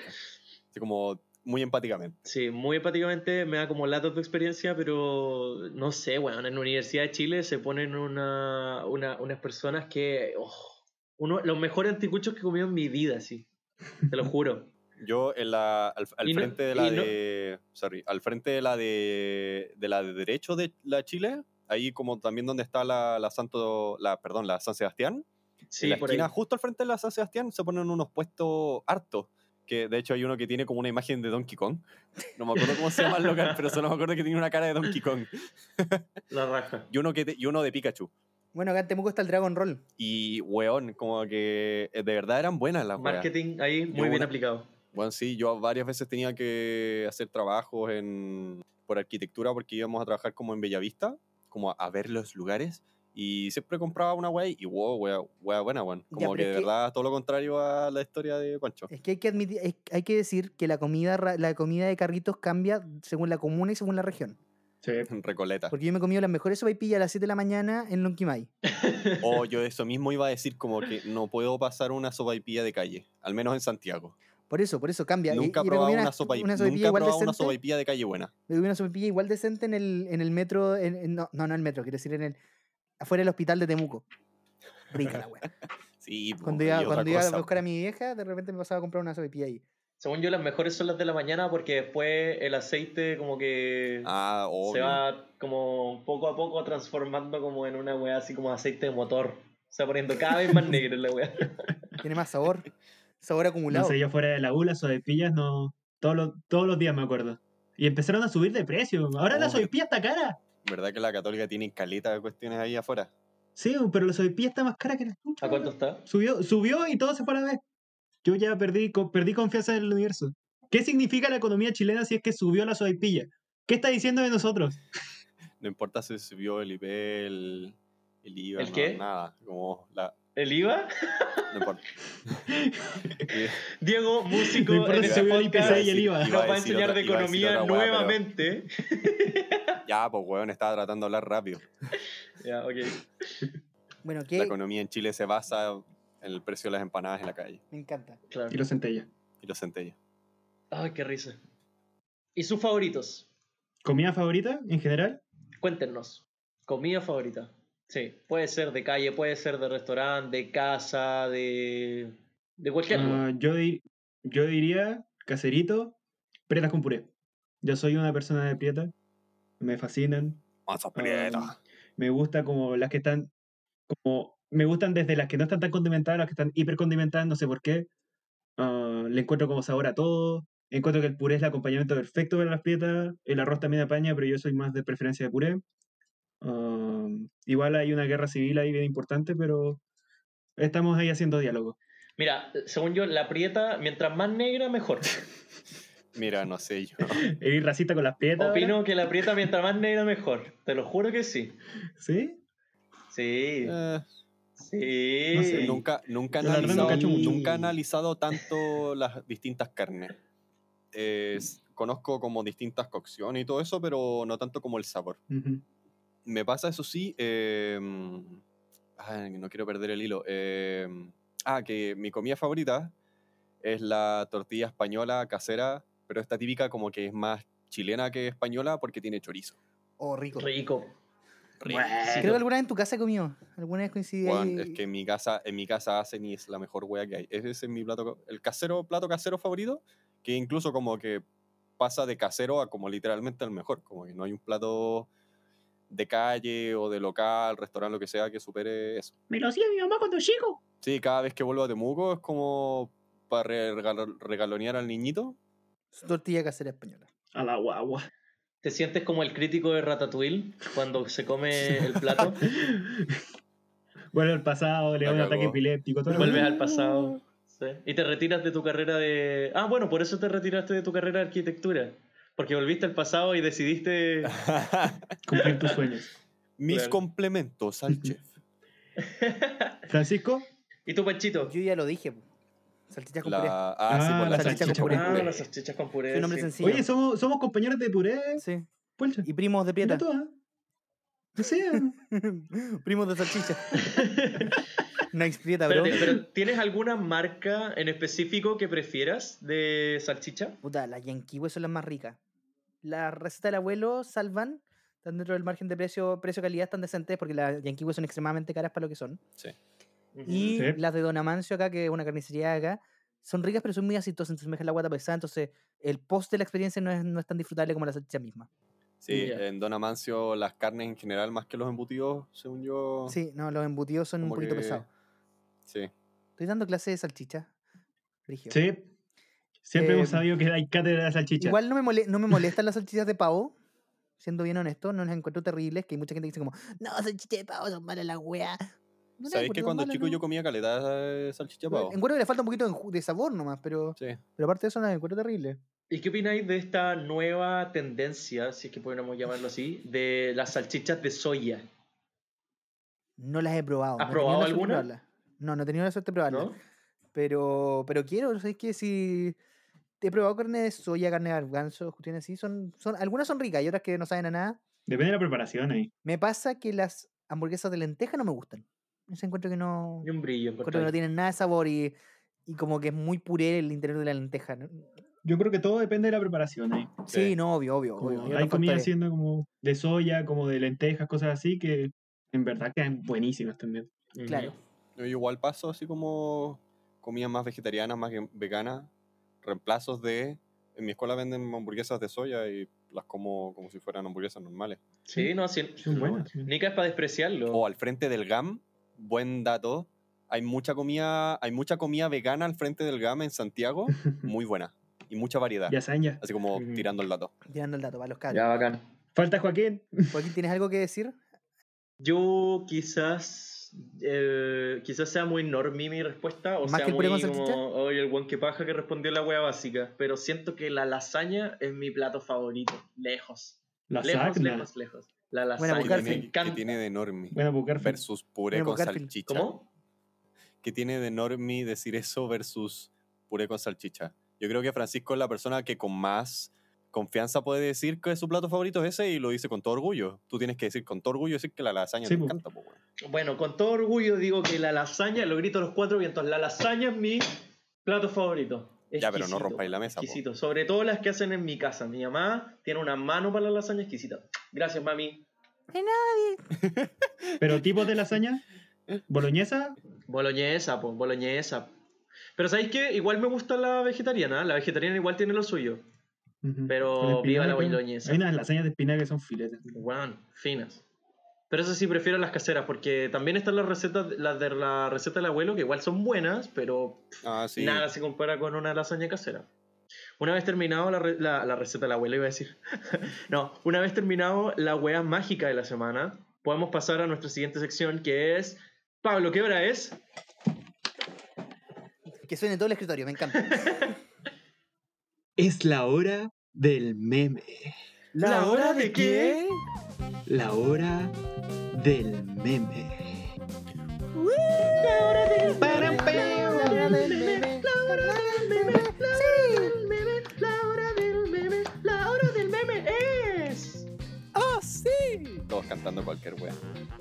[SPEAKER 3] Así como muy empáticamente.
[SPEAKER 2] Sí, muy empáticamente me da como latos de experiencia, pero no sé, weón. En la Universidad de Chile se ponen una, una- unas personas que. oh, uno, los mejores anticuchos que he comido en mi vida, sí. Te lo juro.
[SPEAKER 3] Yo en la, al, al
[SPEAKER 2] Y no-
[SPEAKER 3] frente de la
[SPEAKER 2] y no-
[SPEAKER 3] de. Sorry, al frente de la de, de la de Derecho de la Chile, ahí como también donde está la, la Santo. La, perdón, la San Sebastián.
[SPEAKER 2] Sí,
[SPEAKER 3] en la
[SPEAKER 2] por
[SPEAKER 3] esquina,
[SPEAKER 2] ahí.
[SPEAKER 3] justo al frente de la San Sebastián, se ponen unos puestos hartos. Que de hecho hay uno que tiene como una imagen de Donkey Kong. No me acuerdo cómo se llama el local, pero solo me acuerdo que tiene una cara de Donkey Kong.
[SPEAKER 2] La raja.
[SPEAKER 3] Y uno, que te- y uno de Pikachu.
[SPEAKER 1] Bueno, acá en Temuco está el Dragon Roll.
[SPEAKER 3] Y, weón, como que eh, de verdad eran buenas las weas.
[SPEAKER 2] Marketing ahí
[SPEAKER 3] Yo
[SPEAKER 2] muy bien
[SPEAKER 3] una-
[SPEAKER 2] aplicado.
[SPEAKER 3] Bueno, sí, yo varias veces tenía que hacer trabajos en, por arquitectura porque íbamos a trabajar como en Bellavista, como a, a ver los lugares. Y siempre compraba una wea y wow, wea, wea buena, weón.
[SPEAKER 1] Ya,
[SPEAKER 3] Como
[SPEAKER 1] pero
[SPEAKER 3] que
[SPEAKER 1] es
[SPEAKER 3] de
[SPEAKER 1] que-
[SPEAKER 3] verdad todo lo contrario a la historia de Pancho.
[SPEAKER 1] Es que hay que admitir, es- hay que decir que la comida, ra- la comida de carritos cambia según la comuna y según la región.
[SPEAKER 4] Sí.
[SPEAKER 3] En Recoleta.
[SPEAKER 1] Porque yo me he comido las mejores sopaipillas a las 7 de la mañana en Lonquimay.
[SPEAKER 3] O yo eso mismo iba a decir como que no puedo pasar una sopaipilla de calle, al menos en Santiago.
[SPEAKER 1] Por eso, por eso cambia. Y-
[SPEAKER 3] nunca he
[SPEAKER 1] y me
[SPEAKER 3] probado
[SPEAKER 1] comí
[SPEAKER 3] una,
[SPEAKER 1] una
[SPEAKER 3] sopaipilla,
[SPEAKER 1] una
[SPEAKER 3] nunca he
[SPEAKER 1] sopaipilla igual
[SPEAKER 3] probado una
[SPEAKER 1] decente.
[SPEAKER 3] sopaipilla de calle buena.
[SPEAKER 1] Me comí una sopaipilla igual decente en el, en el metro. en- en- no, no, no en el metro, quiero decir, en el, afuera del hospital de Temuco. Rica la wea.
[SPEAKER 3] Sí, po,
[SPEAKER 1] Cuando
[SPEAKER 3] y
[SPEAKER 1] iba,
[SPEAKER 3] otra
[SPEAKER 1] cuando iba
[SPEAKER 3] cosa,
[SPEAKER 1] a buscar a mi vieja, de repente me pasaba a comprar una sopaipilla ahí.
[SPEAKER 2] Según yo, las mejores son las de la mañana porque después el aceite como que
[SPEAKER 3] Ah,
[SPEAKER 2] se
[SPEAKER 3] obvio.
[SPEAKER 2] va como poco a poco transformando como en una weá así como aceite de motor. Se va poniendo cada vez más negro la weá.
[SPEAKER 1] Tiene más sabor. Sabor
[SPEAKER 4] No
[SPEAKER 1] acumulado.
[SPEAKER 4] sé, yo fuera de la U, las sopaipillas no. Todos los, todos los días me acuerdo. Y empezaron a subir de precio. Ahora la
[SPEAKER 3] Oh.
[SPEAKER 4] sopaipilla está cara.
[SPEAKER 3] ¿Verdad que la católica tiene caleta de cuestiones ahí afuera?
[SPEAKER 4] Sí, pero la sopaipilla está más cara que la chucha,
[SPEAKER 2] ¿A cuánto
[SPEAKER 4] weón.
[SPEAKER 2] está?
[SPEAKER 4] Subió, subió y todo se fue a la vez. Yo ya perdí, co- perdí confianza en el universo. ¿Qué significa la economía chilena si es que subió la sopaipilla? ¿Qué está diciendo de nosotros?
[SPEAKER 3] No importa si subió el IP, el, el IVA,
[SPEAKER 2] ¿El
[SPEAKER 3] no,
[SPEAKER 2] qué?
[SPEAKER 3] nada. Como la,
[SPEAKER 2] ¿El IVA?
[SPEAKER 3] no importa.
[SPEAKER 2] Diego, músico,
[SPEAKER 4] No importa
[SPEAKER 2] en
[SPEAKER 4] si
[SPEAKER 2] este
[SPEAKER 4] subió el
[SPEAKER 2] podcast,
[SPEAKER 4] IPC y el
[SPEAKER 3] Sí,
[SPEAKER 4] IVA.
[SPEAKER 3] iba
[SPEAKER 2] nos
[SPEAKER 3] a
[SPEAKER 2] va a
[SPEAKER 3] decir
[SPEAKER 2] enseñar
[SPEAKER 3] otra-
[SPEAKER 2] de
[SPEAKER 3] iba a decir
[SPEAKER 2] economía
[SPEAKER 3] otra weá, pero-
[SPEAKER 2] nuevamente.
[SPEAKER 3] ya, pues, weón, estaba tratando de hablar rápido.
[SPEAKER 2] Ya, ok.
[SPEAKER 1] Bueno,
[SPEAKER 3] La
[SPEAKER 1] ¿qué?
[SPEAKER 3] economía en Chile se basa en el precio de las empanadas en la calle
[SPEAKER 1] Me encanta.
[SPEAKER 2] Claro.
[SPEAKER 4] Y los centella.
[SPEAKER 3] y los centellas.
[SPEAKER 2] Ay, qué risa. ¿Y sus favoritos?
[SPEAKER 4] ¿Comida favorita en general?
[SPEAKER 2] Cuéntenos. Comida favorita. Sí, puede ser de calle, puede ser de restaurante, de casa, de. de cualquier lugar.
[SPEAKER 4] Ah, yo, di- yo diría caserito, pretas con puré. Yo soy una persona de prieta. Me fascinan.
[SPEAKER 3] Más aprieta.
[SPEAKER 4] Ah, me gusta como las que están como me gustan desde las que no están tan condimentadas a las que están hiper condimentadas, no sé por qué. Ah, le encuentro como sabor a todo. Encuentro que el puré es el acompañamiento perfecto para las prietas. El arroz también apaña, pero yo soy más de preferencia de puré. Ah, igual hay una guerra civil ahí bien importante, pero estamos ahí haciendo diálogo.
[SPEAKER 2] Mira, según yo, la prieta, mientras más negra, mejor.
[SPEAKER 3] Mira, no sé yo.
[SPEAKER 4] ¿Eres racista con las prietas? ahora?
[SPEAKER 2] Opino que la prieta, mientras más negra, mejor. Te lo juro que sí.
[SPEAKER 4] ¿Sí?
[SPEAKER 2] Sí.
[SPEAKER 3] Eh,
[SPEAKER 2] Sí.
[SPEAKER 4] Ah. no sé,
[SPEAKER 3] Nunca, nunca, he
[SPEAKER 4] La verdad,
[SPEAKER 3] analizado,
[SPEAKER 4] nunca he hecho mucho.
[SPEAKER 3] nunca he analizado tanto las distintas carnes. Eh, s- conozco como distintas cocciones y todo eso, pero no tanto como el sabor.
[SPEAKER 4] Ujú.
[SPEAKER 3] Me pasa eso sí, em, ay, no quiero perder el hilo. em, ah, que mi comida favorita es la tortilla española casera, pero esta típica como que es más chilena que española porque tiene chorizo.
[SPEAKER 1] Oh, rico.
[SPEAKER 2] Rico.
[SPEAKER 1] Creo que alguna vez en tu casa he comido. Alguna vez coincidí ahí.
[SPEAKER 3] Weón, es que en mi casa, en mi casa hacen y es la mejor wea que hay. Ese es mi plato, ca- el casero, plato casero favorito, que incluso como que pasa de casero a como literalmente el mejor. Como que no hay un plato de calle o de local, restaurante, lo que sea, que supere eso.
[SPEAKER 4] Me lo hacía mi mamá cuando chico.
[SPEAKER 3] Sí, cada vez que vuelvo a Temuco es como para regalonear al niñito.
[SPEAKER 1] Tortilla casera española.
[SPEAKER 4] A la guagua.
[SPEAKER 2] ¿Te sientes como el crítico de Ratatouille cuando se come el plato?
[SPEAKER 4] Vuelve al pasado, le da
[SPEAKER 3] La
[SPEAKER 4] un ataque
[SPEAKER 3] cagó.
[SPEAKER 4] epiléptico. Todo lo-
[SPEAKER 2] Vuelves al pasado. sí. Y te retiras de tu carrera de... Ah, bueno, por eso te retiraste de tu carrera de arquitectura. Porque volviste al pasado y decidiste...
[SPEAKER 4] Cumplir tus sueños.
[SPEAKER 3] Mis
[SPEAKER 2] Claro.
[SPEAKER 3] complementos al chef.
[SPEAKER 4] Francisco,
[SPEAKER 2] ¿Y tu panchito?
[SPEAKER 1] Yo ya lo dije. po. Salchichas con puré.
[SPEAKER 3] La, ah, sí,
[SPEAKER 4] Ah,
[SPEAKER 3] por la
[SPEAKER 1] la
[SPEAKER 3] salchicha,
[SPEAKER 1] salchicha
[SPEAKER 3] con
[SPEAKER 1] con
[SPEAKER 2] Ah,
[SPEAKER 3] puré.
[SPEAKER 2] las salchichas con puré.
[SPEAKER 1] Soy un hombre
[SPEAKER 2] sí.
[SPEAKER 1] sencillo.
[SPEAKER 4] oye, somos, somos compañeros de puré,
[SPEAKER 1] Sí.
[SPEAKER 4] Puelcha.
[SPEAKER 1] Y primos de prieta.
[SPEAKER 4] Mira tú, ah. No sé. ¿eh?
[SPEAKER 1] primos de salchicha. nice prieta, bro.
[SPEAKER 2] Espérate, pero ¿tienes alguna marca en específico que prefieras de salchicha?
[SPEAKER 1] Puta, las Yankiwe son las más ricas. La receta del abuelo salvan. Están dentro del margen de precio, precio-calidad, están decentes porque las Yankiwe son extremadamente caras para lo que son. Y
[SPEAKER 4] Sí.
[SPEAKER 1] las de Don Amancio acá, que es una carnicería acá, son ricas pero son muy aceitosas, entonces me dejan la guata pesada, entonces el post de la experiencia no es, no es tan disfrutable como la salchicha misma.
[SPEAKER 3] Sí,
[SPEAKER 2] Ya.
[SPEAKER 3] en Don Amancio las carnes en general, más que los embutidos, según yo.
[SPEAKER 1] Sí, no, los embutidos son un
[SPEAKER 3] como
[SPEAKER 1] poquito
[SPEAKER 3] que-
[SPEAKER 1] pesados.
[SPEAKER 3] Sí.
[SPEAKER 1] Estoy dando clase de salchicha. brígido.
[SPEAKER 4] Sí. Siempre hemos
[SPEAKER 1] Eh,
[SPEAKER 4] sabido que hay cátedra de salchicha.
[SPEAKER 1] Igual no me, mole- no me molestan las salchichas de pavo, siendo bien honesto, no las encuentro terribles, que hay mucha gente que dice como, no, salchichas de pavo son malas las weas. No las
[SPEAKER 3] ¿Sabéis que
[SPEAKER 1] encuentro
[SPEAKER 3] cuando
[SPEAKER 1] malas,
[SPEAKER 3] chico
[SPEAKER 1] no.
[SPEAKER 3] yo comía caleta de salchicha pavo?
[SPEAKER 1] Encuentro que le falta un poquito de enju- de sabor nomás, pero,
[SPEAKER 3] Sí.
[SPEAKER 1] pero aparte de eso no las encuentro terribles.
[SPEAKER 2] ¿Y qué opináis de esta nueva tendencia, si es que podríamos llamarlo así, de las salchichas de soya?
[SPEAKER 1] No las he probado.
[SPEAKER 2] ¿Has
[SPEAKER 1] no he tenido
[SPEAKER 2] probado
[SPEAKER 1] la suerte de
[SPEAKER 2] alguna?
[SPEAKER 1] probarlas. No, no he tenido la suerte de probarlas.
[SPEAKER 2] ¿No?
[SPEAKER 1] Pero, pero quiero, ¿sabes que Si he probado carne de soya, carne de garbanzos, cuestiones así, son, son, algunas son ricas y otras que no saben a nada.
[SPEAKER 4] Depende de la preparación ¿eh? ahí.
[SPEAKER 1] Me pasa que las hamburguesas de lenteja no me gustan. Se encuentro que no,
[SPEAKER 2] Y un brillo.
[SPEAKER 1] encuentro que no
[SPEAKER 2] encontráis.
[SPEAKER 1] tienen nada de sabor y, y como que es muy puré el interior de la lenteja. ¿no?
[SPEAKER 4] Yo creo que todo depende de la preparación ahí.
[SPEAKER 1] Sí,
[SPEAKER 3] Sí.
[SPEAKER 1] no, obvio, obvio.
[SPEAKER 4] Como
[SPEAKER 1] obvio, hay
[SPEAKER 4] hay
[SPEAKER 1] otros
[SPEAKER 4] comida
[SPEAKER 1] factores.
[SPEAKER 4] haciendo como de soya, como de lentejas, cosas así que en verdad quedan buenísimas también.
[SPEAKER 2] Ujú.
[SPEAKER 1] Claro.
[SPEAKER 3] Yo igual paso así como comidas más vegetarianas, más ve- veganas, reemplazos de... En mi escuela venden hamburguesas de soya y las como como si fueran hamburguesas normales.
[SPEAKER 2] Sí, no, sí.
[SPEAKER 4] Son buenas.
[SPEAKER 2] Nica es para despreciarlo.
[SPEAKER 3] O al frente del GAM, buen dato, hay mucha comida, hay mucha comida vegana al frente del GAM en Santiago, muy buena y mucha variedad.
[SPEAKER 4] Yasaña.
[SPEAKER 3] Así como
[SPEAKER 2] Ujú.
[SPEAKER 3] tirando el dato.
[SPEAKER 1] Tirando el dato para los cabros.
[SPEAKER 2] ya, bacán.
[SPEAKER 4] Falta Joaquín.
[SPEAKER 1] Joaquín, ¿tienes algo que decir?
[SPEAKER 2] Yo quizás. eh, quizás sea muy normie mi respuesta, o
[SPEAKER 1] ¿Más
[SPEAKER 2] sea
[SPEAKER 1] que el puré
[SPEAKER 2] muy
[SPEAKER 1] con salchicha?
[SPEAKER 2] como. Oye, el guan que paja que respondió la wea básica. Pero siento que la lasaña es mi plato favorito. Lejos.
[SPEAKER 4] La
[SPEAKER 2] lejos,
[SPEAKER 4] sacna.
[SPEAKER 2] lejos, lejos. La
[SPEAKER 1] Buena,
[SPEAKER 2] lasaña.
[SPEAKER 3] Que
[SPEAKER 1] Garfield.
[SPEAKER 2] me
[SPEAKER 3] tiene, que
[SPEAKER 2] encanta.
[SPEAKER 3] tiene de enorme.
[SPEAKER 4] Bueno, buscar
[SPEAKER 3] Versus puré
[SPEAKER 1] Bueno,
[SPEAKER 3] con
[SPEAKER 1] Garfield.
[SPEAKER 3] salchicha.
[SPEAKER 2] ¿Cómo?
[SPEAKER 3] que tiene de normie decir eso versus puré con salchicha. Yo creo que Francisco es la persona que con más confianza puede decir que su plato favorito es ese y lo dice con todo orgullo. Tú tienes que decir con todo orgullo decir que la lasaña
[SPEAKER 4] Sí,
[SPEAKER 3] te
[SPEAKER 4] po.
[SPEAKER 2] pues.
[SPEAKER 3] encanta, po, weón.
[SPEAKER 2] Bueno, con todo orgullo digo que la lasaña, lo grito a los cuatro vientos, la lasaña es mi plato favorito.
[SPEAKER 3] Ya, pero no
[SPEAKER 2] Exquisito,
[SPEAKER 3] rompáis la mesa, po.
[SPEAKER 2] Exquisito, sobre todo las que hacen en mi casa. Mi mamá tiene una mano para la lasaña exquisita. Gracias, mami.
[SPEAKER 4] Pero tipos de lasaña. Boloñesa.
[SPEAKER 2] Boloñesa, po, boloñesa. Pero ¿sabéis qué? Igual me gusta la vegetariana, la vegetariana igual tiene lo suyo.
[SPEAKER 4] Ujú.
[SPEAKER 2] Pero
[SPEAKER 4] Con
[SPEAKER 2] viva la
[SPEAKER 4] espinaca.
[SPEAKER 2] boloñesa.
[SPEAKER 4] Hay unas lasañas de espinaca que son filetes.
[SPEAKER 2] Weón, finas. Pero eso sí, prefiero las caseras, porque también están las recetas, las de la receta del abuelo, que igual son buenas, pero
[SPEAKER 3] Ah, sí.
[SPEAKER 2] nada se compara con una lasaña casera. Una vez terminado la, re- la- la receta del abuelo, iba a decir. no, una vez terminado la hueá mágica de la semana, podemos pasar a nuestra siguiente sección, que es... Pablo, ¿qué hora es?
[SPEAKER 1] Que suene todo el escritorio, me encanta.
[SPEAKER 4] Es la hora del meme.
[SPEAKER 2] ¿La hora de qué?
[SPEAKER 4] La hora del meme.
[SPEAKER 2] La hora del meme es...
[SPEAKER 1] ¡Oh, sí!
[SPEAKER 3] Todos cantando cualquier wea.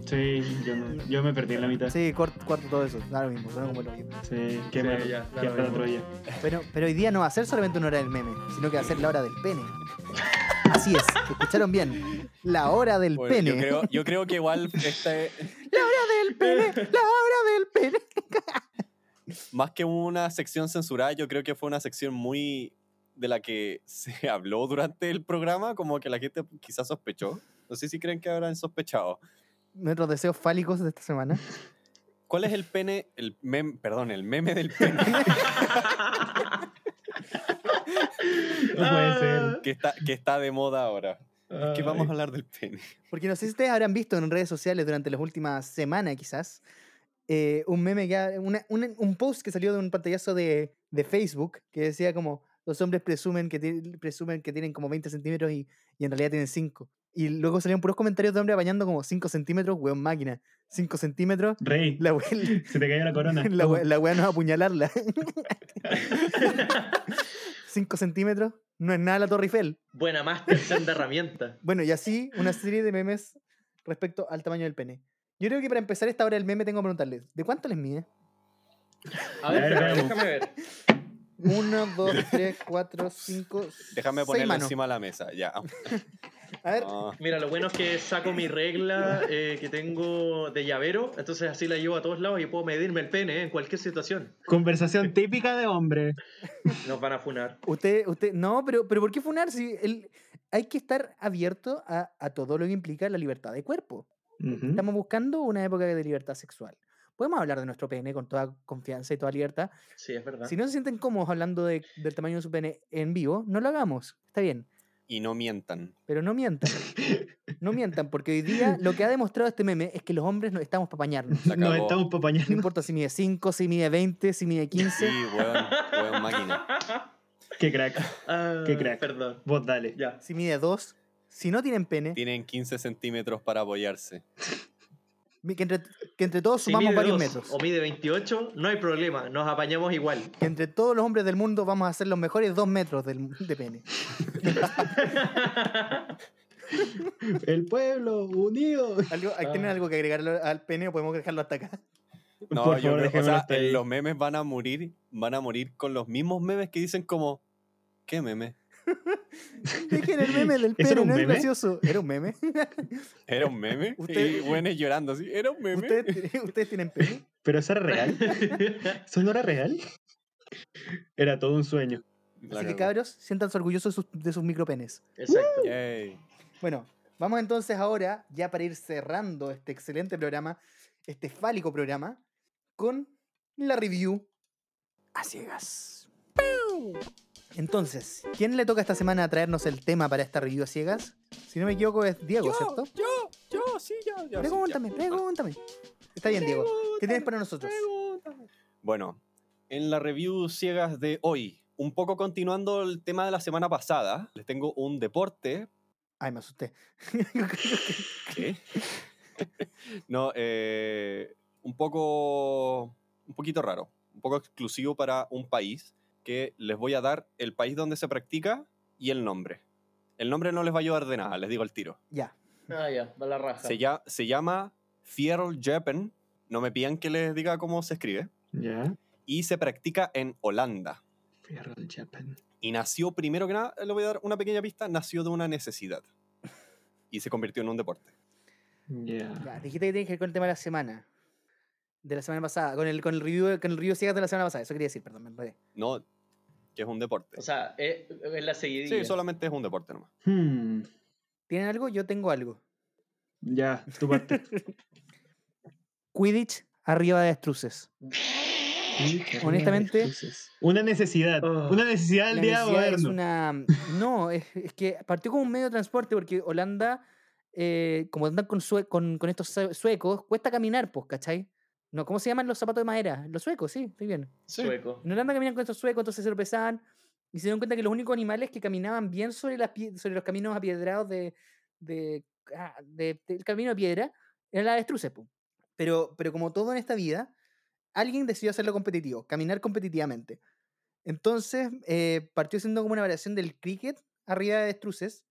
[SPEAKER 4] Sí, yo, no- yo me perdí en la mitad. Sí,
[SPEAKER 1] Sí, corto, corto todo eso, da lo mismo, suena como lo mismo.
[SPEAKER 4] qué
[SPEAKER 2] Sí,
[SPEAKER 4] malo.
[SPEAKER 2] ya, da
[SPEAKER 4] qué
[SPEAKER 2] lo
[SPEAKER 4] para
[SPEAKER 2] mismo.
[SPEAKER 4] otro día.
[SPEAKER 1] Pero, pero hoy día no va a ser solamente una hora del meme, sino que va a ser la hora del pene. Así es, escucharon bien. La hora del
[SPEAKER 3] Bueno,
[SPEAKER 1] pene.
[SPEAKER 3] Pues, Yo creo, yo creo que igual este,
[SPEAKER 1] La hora del pene, la hora del pene.
[SPEAKER 3] más que una sección censurada, yo creo que fue una sección muy de la que se habló durante el programa, como que la gente quizás sospechó. No sé si creen que habrán sospechado.
[SPEAKER 1] Nuestros deseos fálicos de esta semana.
[SPEAKER 3] ¿Cuál es el pene, el mem, perdón, el meme del pene
[SPEAKER 4] No puede ser.
[SPEAKER 3] que está, que está de moda ahora?
[SPEAKER 2] Ah,
[SPEAKER 3] Que vamos a hablar del pene.
[SPEAKER 1] Porque no sé si ustedes habrán visto en redes sociales durante las últimas semanas, quizás, eh, un meme que ha- una- un, un post que salió de un pantallazo de, de Facebook que decía como los hombres presumen que, tienen- presumen que tienen como 20 centímetros y, y en realidad tienen 5. Y luego salieron puros comentarios de hombres apañando como 5 centímetros, weón máquina. 5 centímetros,
[SPEAKER 4] Rey,
[SPEAKER 1] la weón
[SPEAKER 4] se te cayó la corona.
[SPEAKER 1] la,
[SPEAKER 4] Toma.
[SPEAKER 1] wea- la wea no es apuñalarla. 5 centímetros, no es nada la Torre Eiffel.
[SPEAKER 2] Buena máster, senda herramienta.
[SPEAKER 1] Bueno, y así una serie de memes respecto al tamaño del pene. Yo creo que para empezar esta hora del meme tengo que preguntarles, ¿de cuánto les mide?
[SPEAKER 2] A ver,
[SPEAKER 4] A ver,
[SPEAKER 2] espera,
[SPEAKER 4] veamos.
[SPEAKER 2] déjame ver.
[SPEAKER 1] 1, 2, 3, 4, 5,
[SPEAKER 3] Déjame
[SPEAKER 1] 6
[SPEAKER 3] ponerlo
[SPEAKER 1] manos.
[SPEAKER 3] encima de la mesa, ya.
[SPEAKER 1] A ver,
[SPEAKER 3] Ah,
[SPEAKER 2] Mira, lo bueno es que saco mi regla eh, que tengo de llavero, entonces así la llevo a todos lados y puedo medirme el pene eh, en cualquier situación.
[SPEAKER 4] Conversación típica de hombre.
[SPEAKER 2] Nos van a funar.
[SPEAKER 1] usted, usted, no, pero, pero ¿por qué funar si el- hay que estar abierto a, a todo lo que implica la libertad de cuerpo?
[SPEAKER 4] Ujú.
[SPEAKER 1] Estamos buscando una época de libertad sexual. Podemos hablar de nuestro pene con toda confianza y toda libertad.
[SPEAKER 2] Sí, es verdad.
[SPEAKER 1] Si no se sienten cómodos hablando de- del tamaño de su pene en vivo, no lo hagamos. Está bien.
[SPEAKER 3] y no mientan.
[SPEAKER 1] Pero no mientan. No mientan, porque hoy día lo que ha demostrado este meme es que los hombres no estamos para apañarnos.
[SPEAKER 3] La
[SPEAKER 4] Nos
[SPEAKER 3] cagó.
[SPEAKER 4] estamos
[SPEAKER 1] No
[SPEAKER 4] papañando.
[SPEAKER 1] importa si mide 5, si mide 20, si mide 15.
[SPEAKER 3] Sí, weón, weón máquina.
[SPEAKER 4] Qué crack.
[SPEAKER 2] Ah,
[SPEAKER 4] Qué crack.
[SPEAKER 2] Perdón.
[SPEAKER 4] Vos dale.
[SPEAKER 2] Ya.
[SPEAKER 1] Si mide 2. Si no tienen pene,
[SPEAKER 3] Tienen 15 centímetros para apoyarse.
[SPEAKER 1] mi- que entre, que entre todos
[SPEAKER 2] Si
[SPEAKER 1] sumamos
[SPEAKER 2] mide
[SPEAKER 1] varios
[SPEAKER 2] dos
[SPEAKER 1] metros.
[SPEAKER 2] O mide 28, no hay problema, nos apañamos igual.
[SPEAKER 1] Que entre todos los hombres del mundo vamos a ser los mejores 2 metros del mu- de pene.
[SPEAKER 4] El pueblo unido.
[SPEAKER 1] ¿Algo, ahí ¿Tienen
[SPEAKER 2] Ah.
[SPEAKER 1] algo que agregarlo al pene o podemos dejarlo hasta acá?
[SPEAKER 3] No,
[SPEAKER 4] Por
[SPEAKER 3] yo
[SPEAKER 4] favor,
[SPEAKER 3] creo, o
[SPEAKER 4] déjamelo
[SPEAKER 3] sea,
[SPEAKER 4] hasta ahí.
[SPEAKER 3] los memes van a morir, van a morir con los mismos memes que dicen como, ¿qué meme?
[SPEAKER 1] Dejen el meme del
[SPEAKER 4] ¿Eso era
[SPEAKER 1] pene,
[SPEAKER 4] un
[SPEAKER 1] no es
[SPEAKER 4] meme?
[SPEAKER 1] gracioso. Era un meme.
[SPEAKER 3] ¿Era un meme?
[SPEAKER 1] Usted-
[SPEAKER 3] Y buenos llorando así, ¿era un meme?
[SPEAKER 1] ¿Ustedes, tienen- ustedes tienen pene?
[SPEAKER 4] ¿Pero eso era real? ¿Eso no era real? Era todo un sueño.
[SPEAKER 3] La
[SPEAKER 1] Así que
[SPEAKER 3] cagó.
[SPEAKER 1] cabros, siéntanse orgullosos de sus, de sus micropenes.
[SPEAKER 2] Exacto.
[SPEAKER 3] Yay.
[SPEAKER 1] Bueno, vamos entonces ahora, ya para ir cerrando este excelente programa, este fálico programa, con la review a ciegas. Entonces, ¿quién le toca esta semana traernos el tema para esta review a ciegas? Si no me equivoco es Diego, ¿cierto?
[SPEAKER 3] yo, yo, sí, ya, ya, sí,
[SPEAKER 1] Pregúntame,
[SPEAKER 3] ya.
[SPEAKER 1] pregúntame. Está bien, Diego. ¿Qué tienes para nosotros?
[SPEAKER 3] Bueno, en la review ciegas de hoy, un poco continuando el tema de la semana pasada, les tengo un deporte.
[SPEAKER 1] Ay, me asusté.
[SPEAKER 3] ¿Qué? no, eh, un poco, un poquito raro, un poco exclusivo para un país, que les voy a dar el país donde se practica y el nombre. El nombre no les va a ayudar de nada, les digo el tiro.
[SPEAKER 1] ya.
[SPEAKER 2] Ah, ya, va la raja.
[SPEAKER 3] Se, lla- se llama Fierl Japan. No me pidan que les diga cómo se escribe.
[SPEAKER 4] Ya.
[SPEAKER 3] Y se practica en Holanda.
[SPEAKER 4] Fierro del Japan.
[SPEAKER 3] Y nació, primero que nada, eh, le voy a dar una pequeña pista, nació de una necesidad. Y se convirtió en un deporte.
[SPEAKER 4] Ya.
[SPEAKER 1] Ya, dijiste que tienes que ver con el tema de la semana. De la semana pasada, con el, con el review, con el review ciegas de la semana pasada, eso quería decir, perdón, me enredé.
[SPEAKER 3] No, que es un deporte.
[SPEAKER 2] O sea, es, es la seguidilla.
[SPEAKER 3] sí, solamente es un deporte nomás.
[SPEAKER 4] Hmm,
[SPEAKER 1] ¿Tienen algo? Yo tengo algo.
[SPEAKER 4] ya, tu parte.
[SPEAKER 1] Quidditch arriba de Struces. Honestamente-
[SPEAKER 4] Entonces, Una necesidad.
[SPEAKER 2] Oh.
[SPEAKER 4] Una necesidad del
[SPEAKER 1] La
[SPEAKER 4] día
[SPEAKER 1] necesidad es
[SPEAKER 4] moderno.
[SPEAKER 1] una... mm, No, es, es que partió como un medio de transporte porque Holanda, eh, como andan con, sue- con, con estos sue- suecos, cuesta caminar, pues, ¿cachai? No, ¿Cómo se llaman los zapatos de madera? Los suecos, sí, estoy bien.
[SPEAKER 2] Sueco.
[SPEAKER 1] En Holanda caminan con estos suecos, entonces se tropezaban y se dieron cuenta que los únicos animales que caminaban bien sobre, las pie- sobre los caminos apiedrados de, de, ah, de- del camino de piedra eran las avestruces. po. Pero, pero como todo en esta vida, alguien decidió hacerlo competitivo, caminar competitivamente. Entonces eh, partió siendo como una variación del cricket arriba de avestruces,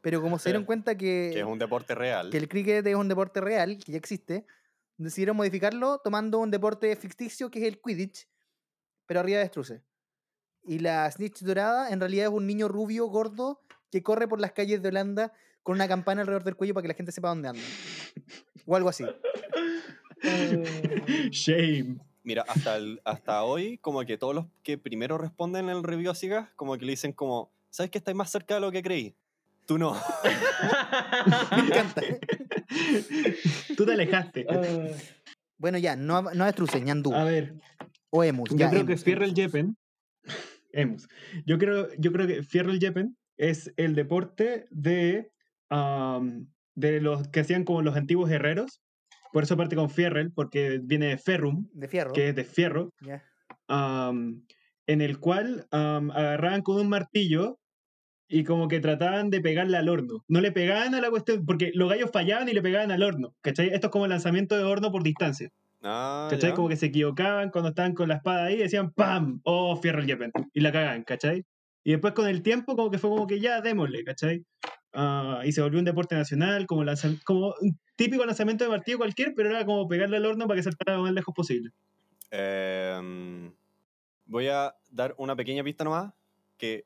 [SPEAKER 1] pero como se dieron
[SPEAKER 2] Ya.
[SPEAKER 1] cuenta que,
[SPEAKER 4] Eh,
[SPEAKER 3] Que es un deporte real.
[SPEAKER 1] que el cricket es un deporte real, que ya existe, decidieron modificarlo tomando un deporte ficticio que es el Quidditch, pero arriba de Struce. Y la Snitch dorada en realidad es un niño rubio, gordo, que corre por las calles de Holanda con una campana alrededor del cuello para que la gente sepa dónde anda. O algo así.
[SPEAKER 4] Shame.
[SPEAKER 3] Mira, hasta, el- hasta hoy, como que todos los que primero responden el review a ciegas, como que le dicen como, ¿sabes que estáis más cerca de lo que creí? Tú no.
[SPEAKER 2] Ah,
[SPEAKER 1] Me encanta.
[SPEAKER 4] Tú te alejaste.
[SPEAKER 1] Bueno, ya, no, a- no a Struce, ñandú.
[SPEAKER 4] A ver,
[SPEAKER 1] O emus.
[SPEAKER 4] Ah, Yo
[SPEAKER 1] Pues ya,
[SPEAKER 4] creo que
[SPEAKER 1] emus,
[SPEAKER 4] Fierrel
[SPEAKER 1] emus.
[SPEAKER 4] Jeppen. Emus. Yo creo, yo creo que Fierrel Jeppen es el deporte de, am, de los que hacían como los antiguos herreros. Por eso parte con Fierrel, porque viene de Ferrum,
[SPEAKER 1] De fierro.
[SPEAKER 4] que es de fierro,
[SPEAKER 1] Ya.
[SPEAKER 4] am, en el cual am, agarraban con un martillo y como que trataban de pegarle al horno. No le pegaban a la cuestión, porque los gallos fallaban y le pegaban al horno. ¿Cachai? Esto es como lanzamiento de horno por distancia.
[SPEAKER 3] Ah,
[SPEAKER 4] ¿Cachai?
[SPEAKER 3] ya.
[SPEAKER 4] Como que se equivocaban cuando estaban con la espada ahí, decían ¡pam! ¡Oh, fierro el Yepen! Y la cagan, ¿cachai? Y después con el tiempo como que fue como que ya, démosle, ¿cachai? Ah, y se volvió un deporte nacional, como, lanza- como un típico lanzamiento de partido cualquier, pero era como pegarle al horno para que saltara lo más lejos posible.
[SPEAKER 3] Em, voy a dar una pequeña pista nomás, que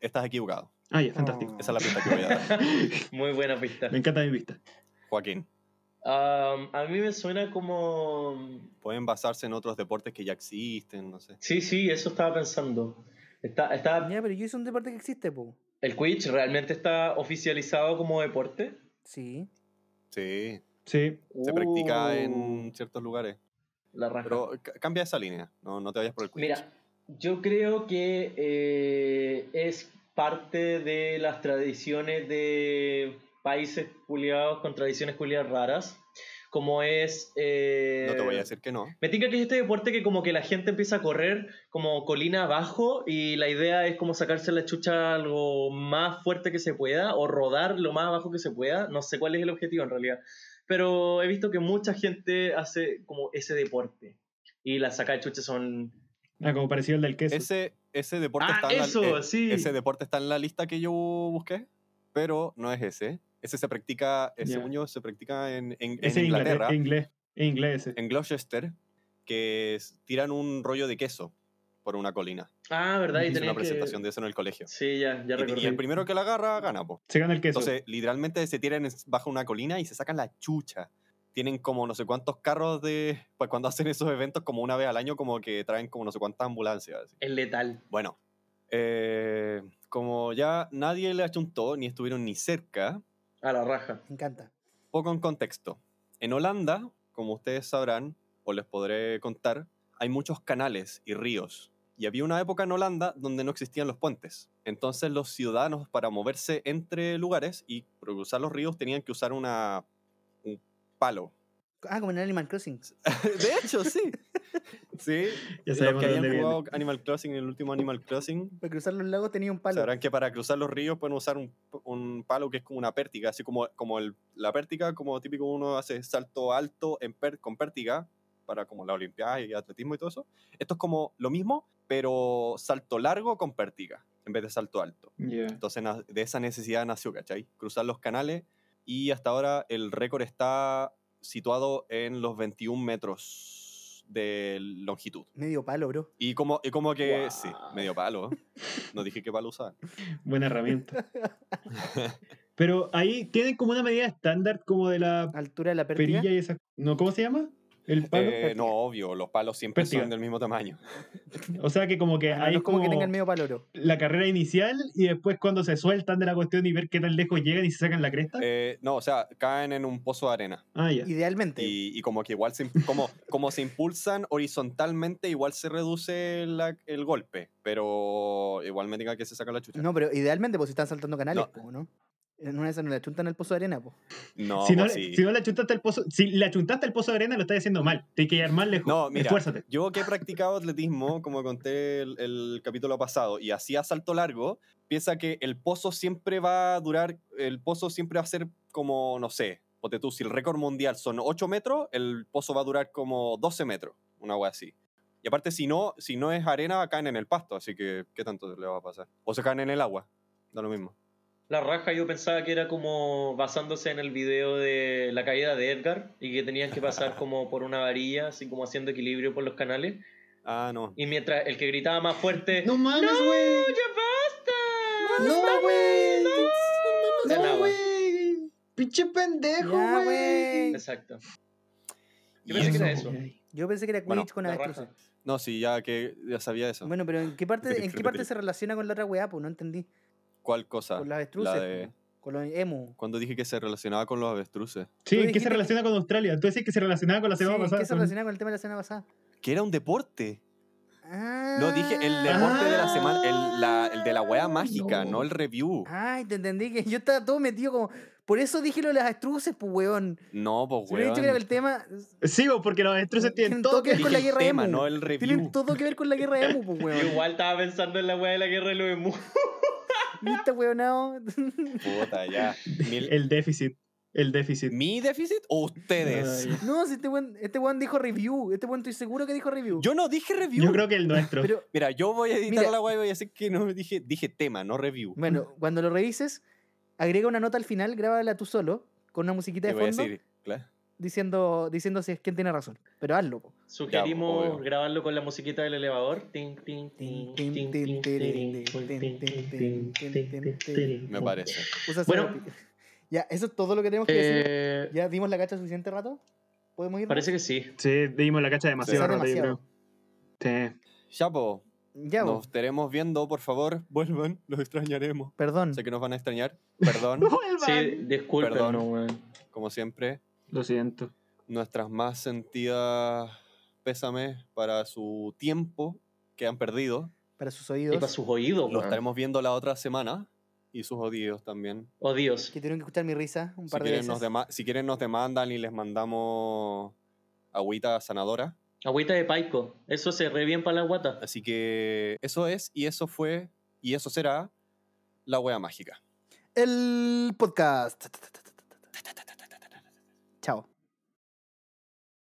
[SPEAKER 3] estás equivocado.
[SPEAKER 4] Ah, ya, fantástico.
[SPEAKER 3] Esa es la pista que voy a dar.
[SPEAKER 2] Muy buena pista.
[SPEAKER 4] Me encanta mi vista.
[SPEAKER 3] Joaquín,
[SPEAKER 2] Um, a mí me suena como.
[SPEAKER 3] pueden basarse en otros deportes que ya existen, no sé.
[SPEAKER 2] Sí, sí, eso estaba pensando. Está, está...
[SPEAKER 1] Ya, pero yo hice un deporte que existe, po.
[SPEAKER 2] ¿El Quidditch realmente está oficializado como deporte?
[SPEAKER 1] Sí.
[SPEAKER 3] Sí,
[SPEAKER 4] Sí,
[SPEAKER 3] se practica
[SPEAKER 2] Uh,
[SPEAKER 3] en ciertos lugares.
[SPEAKER 2] La raja.
[SPEAKER 3] Pero ca- cambia esa línea, no, no te vayas por el quiz.
[SPEAKER 2] Mira, yo creo que eh, es parte de las tradiciones de países culiados con tradiciones culiadas raras, como es... eh,
[SPEAKER 3] No te voy a decir que no.
[SPEAKER 2] Me tinca que es este deporte que como que la gente empieza a correr como colina abajo y la idea es como sacarse la chucha lo más fuerte que se pueda o rodar lo más abajo que se pueda. No sé cuál es el objetivo en realidad. Pero he visto que mucha gente hace como ese deporte. Y las sacas de chucha son...
[SPEAKER 4] ah, como parecido al del queso.
[SPEAKER 3] Ese, ese deporte
[SPEAKER 2] Ah,
[SPEAKER 3] está en
[SPEAKER 2] eso,
[SPEAKER 3] la, eh,
[SPEAKER 2] sí.
[SPEAKER 3] ese deporte está en la lista que yo busqué, pero no es ese. Ese se practica, ese
[SPEAKER 4] Ya.
[SPEAKER 3] según yo, se practica en, en- en
[SPEAKER 4] Ese es
[SPEAKER 3] Inglaterra,
[SPEAKER 4] Inglaterra. Inglés. Inglés ese.
[SPEAKER 3] en Gloucester, que es- tiran un rollo de queso por una colina.
[SPEAKER 2] Ah, ¿verdad? Y
[SPEAKER 4] Hice
[SPEAKER 3] Hice
[SPEAKER 2] tenés
[SPEAKER 3] una presentación
[SPEAKER 2] que...
[SPEAKER 3] de eso en el colegio.
[SPEAKER 2] Sí, ya, ya
[SPEAKER 3] Y-
[SPEAKER 2] recordé.
[SPEAKER 3] y, el primero que la agarra gana, po.
[SPEAKER 4] Se gana el queso.
[SPEAKER 3] Entonces, literalmente se tiran es- bajo una colina y se sacan la chucha. Tienen como no sé cuántos carros de. Pues cuando hacen esos eventos, como una vez al año, como que traen como no sé cuántas ambulancias. así.
[SPEAKER 2] Es letal.
[SPEAKER 3] Bueno, eh, como ya nadie le achuntó ni estuvieron ni cerca,
[SPEAKER 2] A la raja.
[SPEAKER 1] Me encanta.
[SPEAKER 3] poco en contexto. En Holanda, como ustedes sabrán o les podré contar, hay muchos canales y ríos. Y había una época en Holanda donde no existían los puentes. Entonces los ciudadanos para moverse entre lugares y cruzar los ríos tenían que usar una, un palo.
[SPEAKER 1] Ah, como en Animal Crossing.
[SPEAKER 3] De hecho, sí. Sí.
[SPEAKER 4] ya
[SPEAKER 3] Los
[SPEAKER 4] sabemos
[SPEAKER 3] que
[SPEAKER 4] de dónde
[SPEAKER 3] habían
[SPEAKER 4] viene.
[SPEAKER 3] jugado Animal Crossing, el último Animal Crossing,
[SPEAKER 1] Para cruzar los lagos tenía un palo.
[SPEAKER 3] Sabrán que para cruzar los ríos pueden usar un, un palo que es como una pértiga, así como, como el, la pértiga, como típico uno hace salto alto en per- con pértiga para como la Olimpiada y atletismo y todo eso. Esto es como lo mismo, pero salto largo con pértiga en vez de salto alto.
[SPEAKER 4] Ya.
[SPEAKER 3] Entonces na- de esa necesidad nació, ¿cachai? Cruzar los canales y hasta ahora el récord está situado en los 21 metros de longitud.
[SPEAKER 1] Medio palo, bro.
[SPEAKER 3] Y como, y como que, sí,
[SPEAKER 2] Guau.
[SPEAKER 3] medio palo. ¿eh? No dije qué palo usar.
[SPEAKER 4] Buena herramienta. Pero ahí tienen como una medida estándar como de la
[SPEAKER 1] Altura de la pértiga.
[SPEAKER 4] perilla y esas... ¿No? ¿Cómo se llama? El palo.
[SPEAKER 3] Eh, no, obvio, los palos siempre
[SPEAKER 4] Pértiga.
[SPEAKER 3] son del mismo tamaño.
[SPEAKER 4] O sea que como que
[SPEAKER 1] Ah, no, no
[SPEAKER 4] hay
[SPEAKER 1] es como que
[SPEAKER 4] como
[SPEAKER 1] tengan medio paloro.
[SPEAKER 4] la carrera inicial y después cuando se sueltan de la cuestión y ver qué tan lejos llegan y se sacan la cresta.
[SPEAKER 3] Eh, no, o sea, caen en un pozo de arena.
[SPEAKER 4] ah, ya.
[SPEAKER 1] Idealmente.
[SPEAKER 3] Y, y como que igual se, imp- como, como se impulsan horizontalmente, igual se reduce la- el golpe. Pero igual me diga que se saca la chucha.
[SPEAKER 1] No, pero idealmente, pues si están saltando canales,
[SPEAKER 3] No.
[SPEAKER 1] po, no. En una de esas no le chuntan al pozo de arena, pues.
[SPEAKER 3] No,
[SPEAKER 4] si, no,
[SPEAKER 3] pues
[SPEAKER 4] le-
[SPEAKER 3] sí.
[SPEAKER 4] si no le achuntaste el pozo, si le achuntaste el pozo de arena, lo estás haciendo mal. Tienes que llegar más lejos.
[SPEAKER 3] No, mira,
[SPEAKER 4] Esfuérzate.
[SPEAKER 3] Yo que he practicado atletismo, como conté el, el capítulo pasado, y hacía salto largo, piensa que el pozo siempre va a durar, el pozo siempre va a ser como, no sé, ponte tú, si el récord mundial son 8 metros, el pozo va a durar como 12 metros, una wea así. Y aparte, si no, si no es arena, caen en el pasto, así que, ¿qué tanto le va a pasar? O se caen en el agua, da lo mismo.
[SPEAKER 2] La raja yo pensaba que era como basándose en el video de la caída de Edgar y que tenían que pasar como por una varilla, así como haciendo equilibrio por los canales.
[SPEAKER 3] Ah, no.
[SPEAKER 2] Y mientras el que gritaba más fuerte, ¡No,
[SPEAKER 4] Eh, No mames, güey.
[SPEAKER 2] ya basta!
[SPEAKER 4] No, güey.
[SPEAKER 2] Del
[SPEAKER 4] No,
[SPEAKER 2] agua.
[SPEAKER 4] güey. Pinche pendejo,
[SPEAKER 1] Ya,
[SPEAKER 4] güey.
[SPEAKER 1] güey.
[SPEAKER 2] Exacto.
[SPEAKER 3] Y
[SPEAKER 2] Yo pensé que era
[SPEAKER 3] eso.
[SPEAKER 2] eso.
[SPEAKER 1] Yo pensé que era Quidditch
[SPEAKER 3] Bueno,
[SPEAKER 1] con
[SPEAKER 2] la
[SPEAKER 1] avestruces.
[SPEAKER 2] raja.
[SPEAKER 3] No, sí, ya que ya sabía eso.
[SPEAKER 1] Bueno, pero ¿en qué parte,
[SPEAKER 3] Repetí,
[SPEAKER 1] en qué parte
[SPEAKER 3] repetí.
[SPEAKER 1] se relaciona con la otra weá? Pues no entendí.
[SPEAKER 3] ¿Cuál cosa?
[SPEAKER 1] Con las avestruces.
[SPEAKER 3] Ah, La de-
[SPEAKER 1] po, Con los emu.
[SPEAKER 3] Cuando dije que se relacionaba con los avestruces.
[SPEAKER 1] Tú
[SPEAKER 4] Sí, ¿qué
[SPEAKER 1] dijiste
[SPEAKER 4] se
[SPEAKER 1] que-
[SPEAKER 4] relaciona con Australia? Tú decías que se relacionaba con la
[SPEAKER 1] Sí,
[SPEAKER 4] semana
[SPEAKER 1] ¿en
[SPEAKER 4] pasada.
[SPEAKER 1] ¿Qué se relaciona con el tema de la semana pasada?
[SPEAKER 3] Que era un deporte.
[SPEAKER 1] Ah,
[SPEAKER 3] No, dije el deporte de la semana, el, la- el de la wea mágica, no, el review.
[SPEAKER 1] Ay, te entendí que yo estaba todo metido como. Por eso dije lo de las avestruces, pues weón.
[SPEAKER 3] No, pues,
[SPEAKER 1] Si hubiera dicho que era
[SPEAKER 3] weón.
[SPEAKER 1] el tema.
[SPEAKER 4] Sí, bo, porque los avestruces tienen todo que
[SPEAKER 1] ver con
[SPEAKER 3] Dije
[SPEAKER 1] la
[SPEAKER 3] el
[SPEAKER 1] guerra
[SPEAKER 3] tema,
[SPEAKER 1] emo.
[SPEAKER 3] no el review.
[SPEAKER 1] Tienen todo que ver con la guerra de emu, pues
[SPEAKER 2] Yo
[SPEAKER 1] weón.
[SPEAKER 2] igual estaba pensando en la weá de la guerra de los emus.
[SPEAKER 1] ¿Viste, weonado?
[SPEAKER 3] Puta, ya. Mil-
[SPEAKER 4] El déficit. El déficit.
[SPEAKER 3] ¿Mi déficit o ustedes?
[SPEAKER 4] Ay.
[SPEAKER 1] No, si este weón, este weón dijo review. Este weón estoy seguro que dijo review.
[SPEAKER 3] Yo no dije review.
[SPEAKER 4] Yo creo que el nuestro.
[SPEAKER 1] Pero,
[SPEAKER 3] Mira, yo voy a editar
[SPEAKER 1] Mira.
[SPEAKER 3] la wea y voy a decir que no dije, dije tema, no review.
[SPEAKER 1] bueno, cuando lo revises, agrega una nota al final, grábala tú solo, con una musiquita
[SPEAKER 3] Te
[SPEAKER 1] de
[SPEAKER 3] voy a
[SPEAKER 1] fondo,
[SPEAKER 3] decir, claro.
[SPEAKER 1] diciendo, diciendo si es quien tiene razón. Pero hazlo, po.
[SPEAKER 2] Sugerimos
[SPEAKER 3] obvio.
[SPEAKER 2] grabarlo con la musiquita del elevador. Tin, tin, tin, tin, tin, tin, tin, tin, tin, tin, tin, tin.
[SPEAKER 3] Me parece.
[SPEAKER 1] Usa esa
[SPEAKER 2] Bueno.
[SPEAKER 1] noti- Ya, eso es todo lo que tenemos que decir.
[SPEAKER 2] Eh,
[SPEAKER 1] ¿Ya dimos la cacha suficiente rato? ¿Podemos ir?
[SPEAKER 2] parece que sí.
[SPEAKER 4] Sí, dimos la cacha demasiado
[SPEAKER 1] Sí.
[SPEAKER 4] rato, yo
[SPEAKER 1] Demasiado.
[SPEAKER 4] creo. Sí.
[SPEAKER 3] Chapo,
[SPEAKER 1] Ya, po.
[SPEAKER 3] nos estaremos viendo, por favor. Vuelvan, los extrañaremos.
[SPEAKER 1] perdón.
[SPEAKER 3] Sé que nos van a extrañar. Perdón,
[SPEAKER 2] Sí,
[SPEAKER 4] Vuelvan.
[SPEAKER 2] disculpen,
[SPEAKER 3] Perdón.
[SPEAKER 2] no, weón.
[SPEAKER 3] como siempre.
[SPEAKER 4] Lo siento.
[SPEAKER 3] nuestras más sentidas pésames para su tiempo que han perdido.
[SPEAKER 1] Para sus
[SPEAKER 2] Y para
[SPEAKER 1] oídos,
[SPEAKER 2] sus oídos,
[SPEAKER 3] Lo
[SPEAKER 2] weón.
[SPEAKER 3] estaremos viendo la otra semana y sus odios también.
[SPEAKER 2] Oh, Dios.
[SPEAKER 1] que tuvieron que escuchar mi risa un
[SPEAKER 3] Si
[SPEAKER 1] par de
[SPEAKER 3] quieren,
[SPEAKER 1] veces.
[SPEAKER 3] nos dema- si quieren nos demandan y les mandamos agüita sanadora.
[SPEAKER 2] Agüita de paico. Eso se re bien para la guata.
[SPEAKER 3] Así que eso es y eso fue y eso será la wea mágica.
[SPEAKER 1] El podcast. Chao.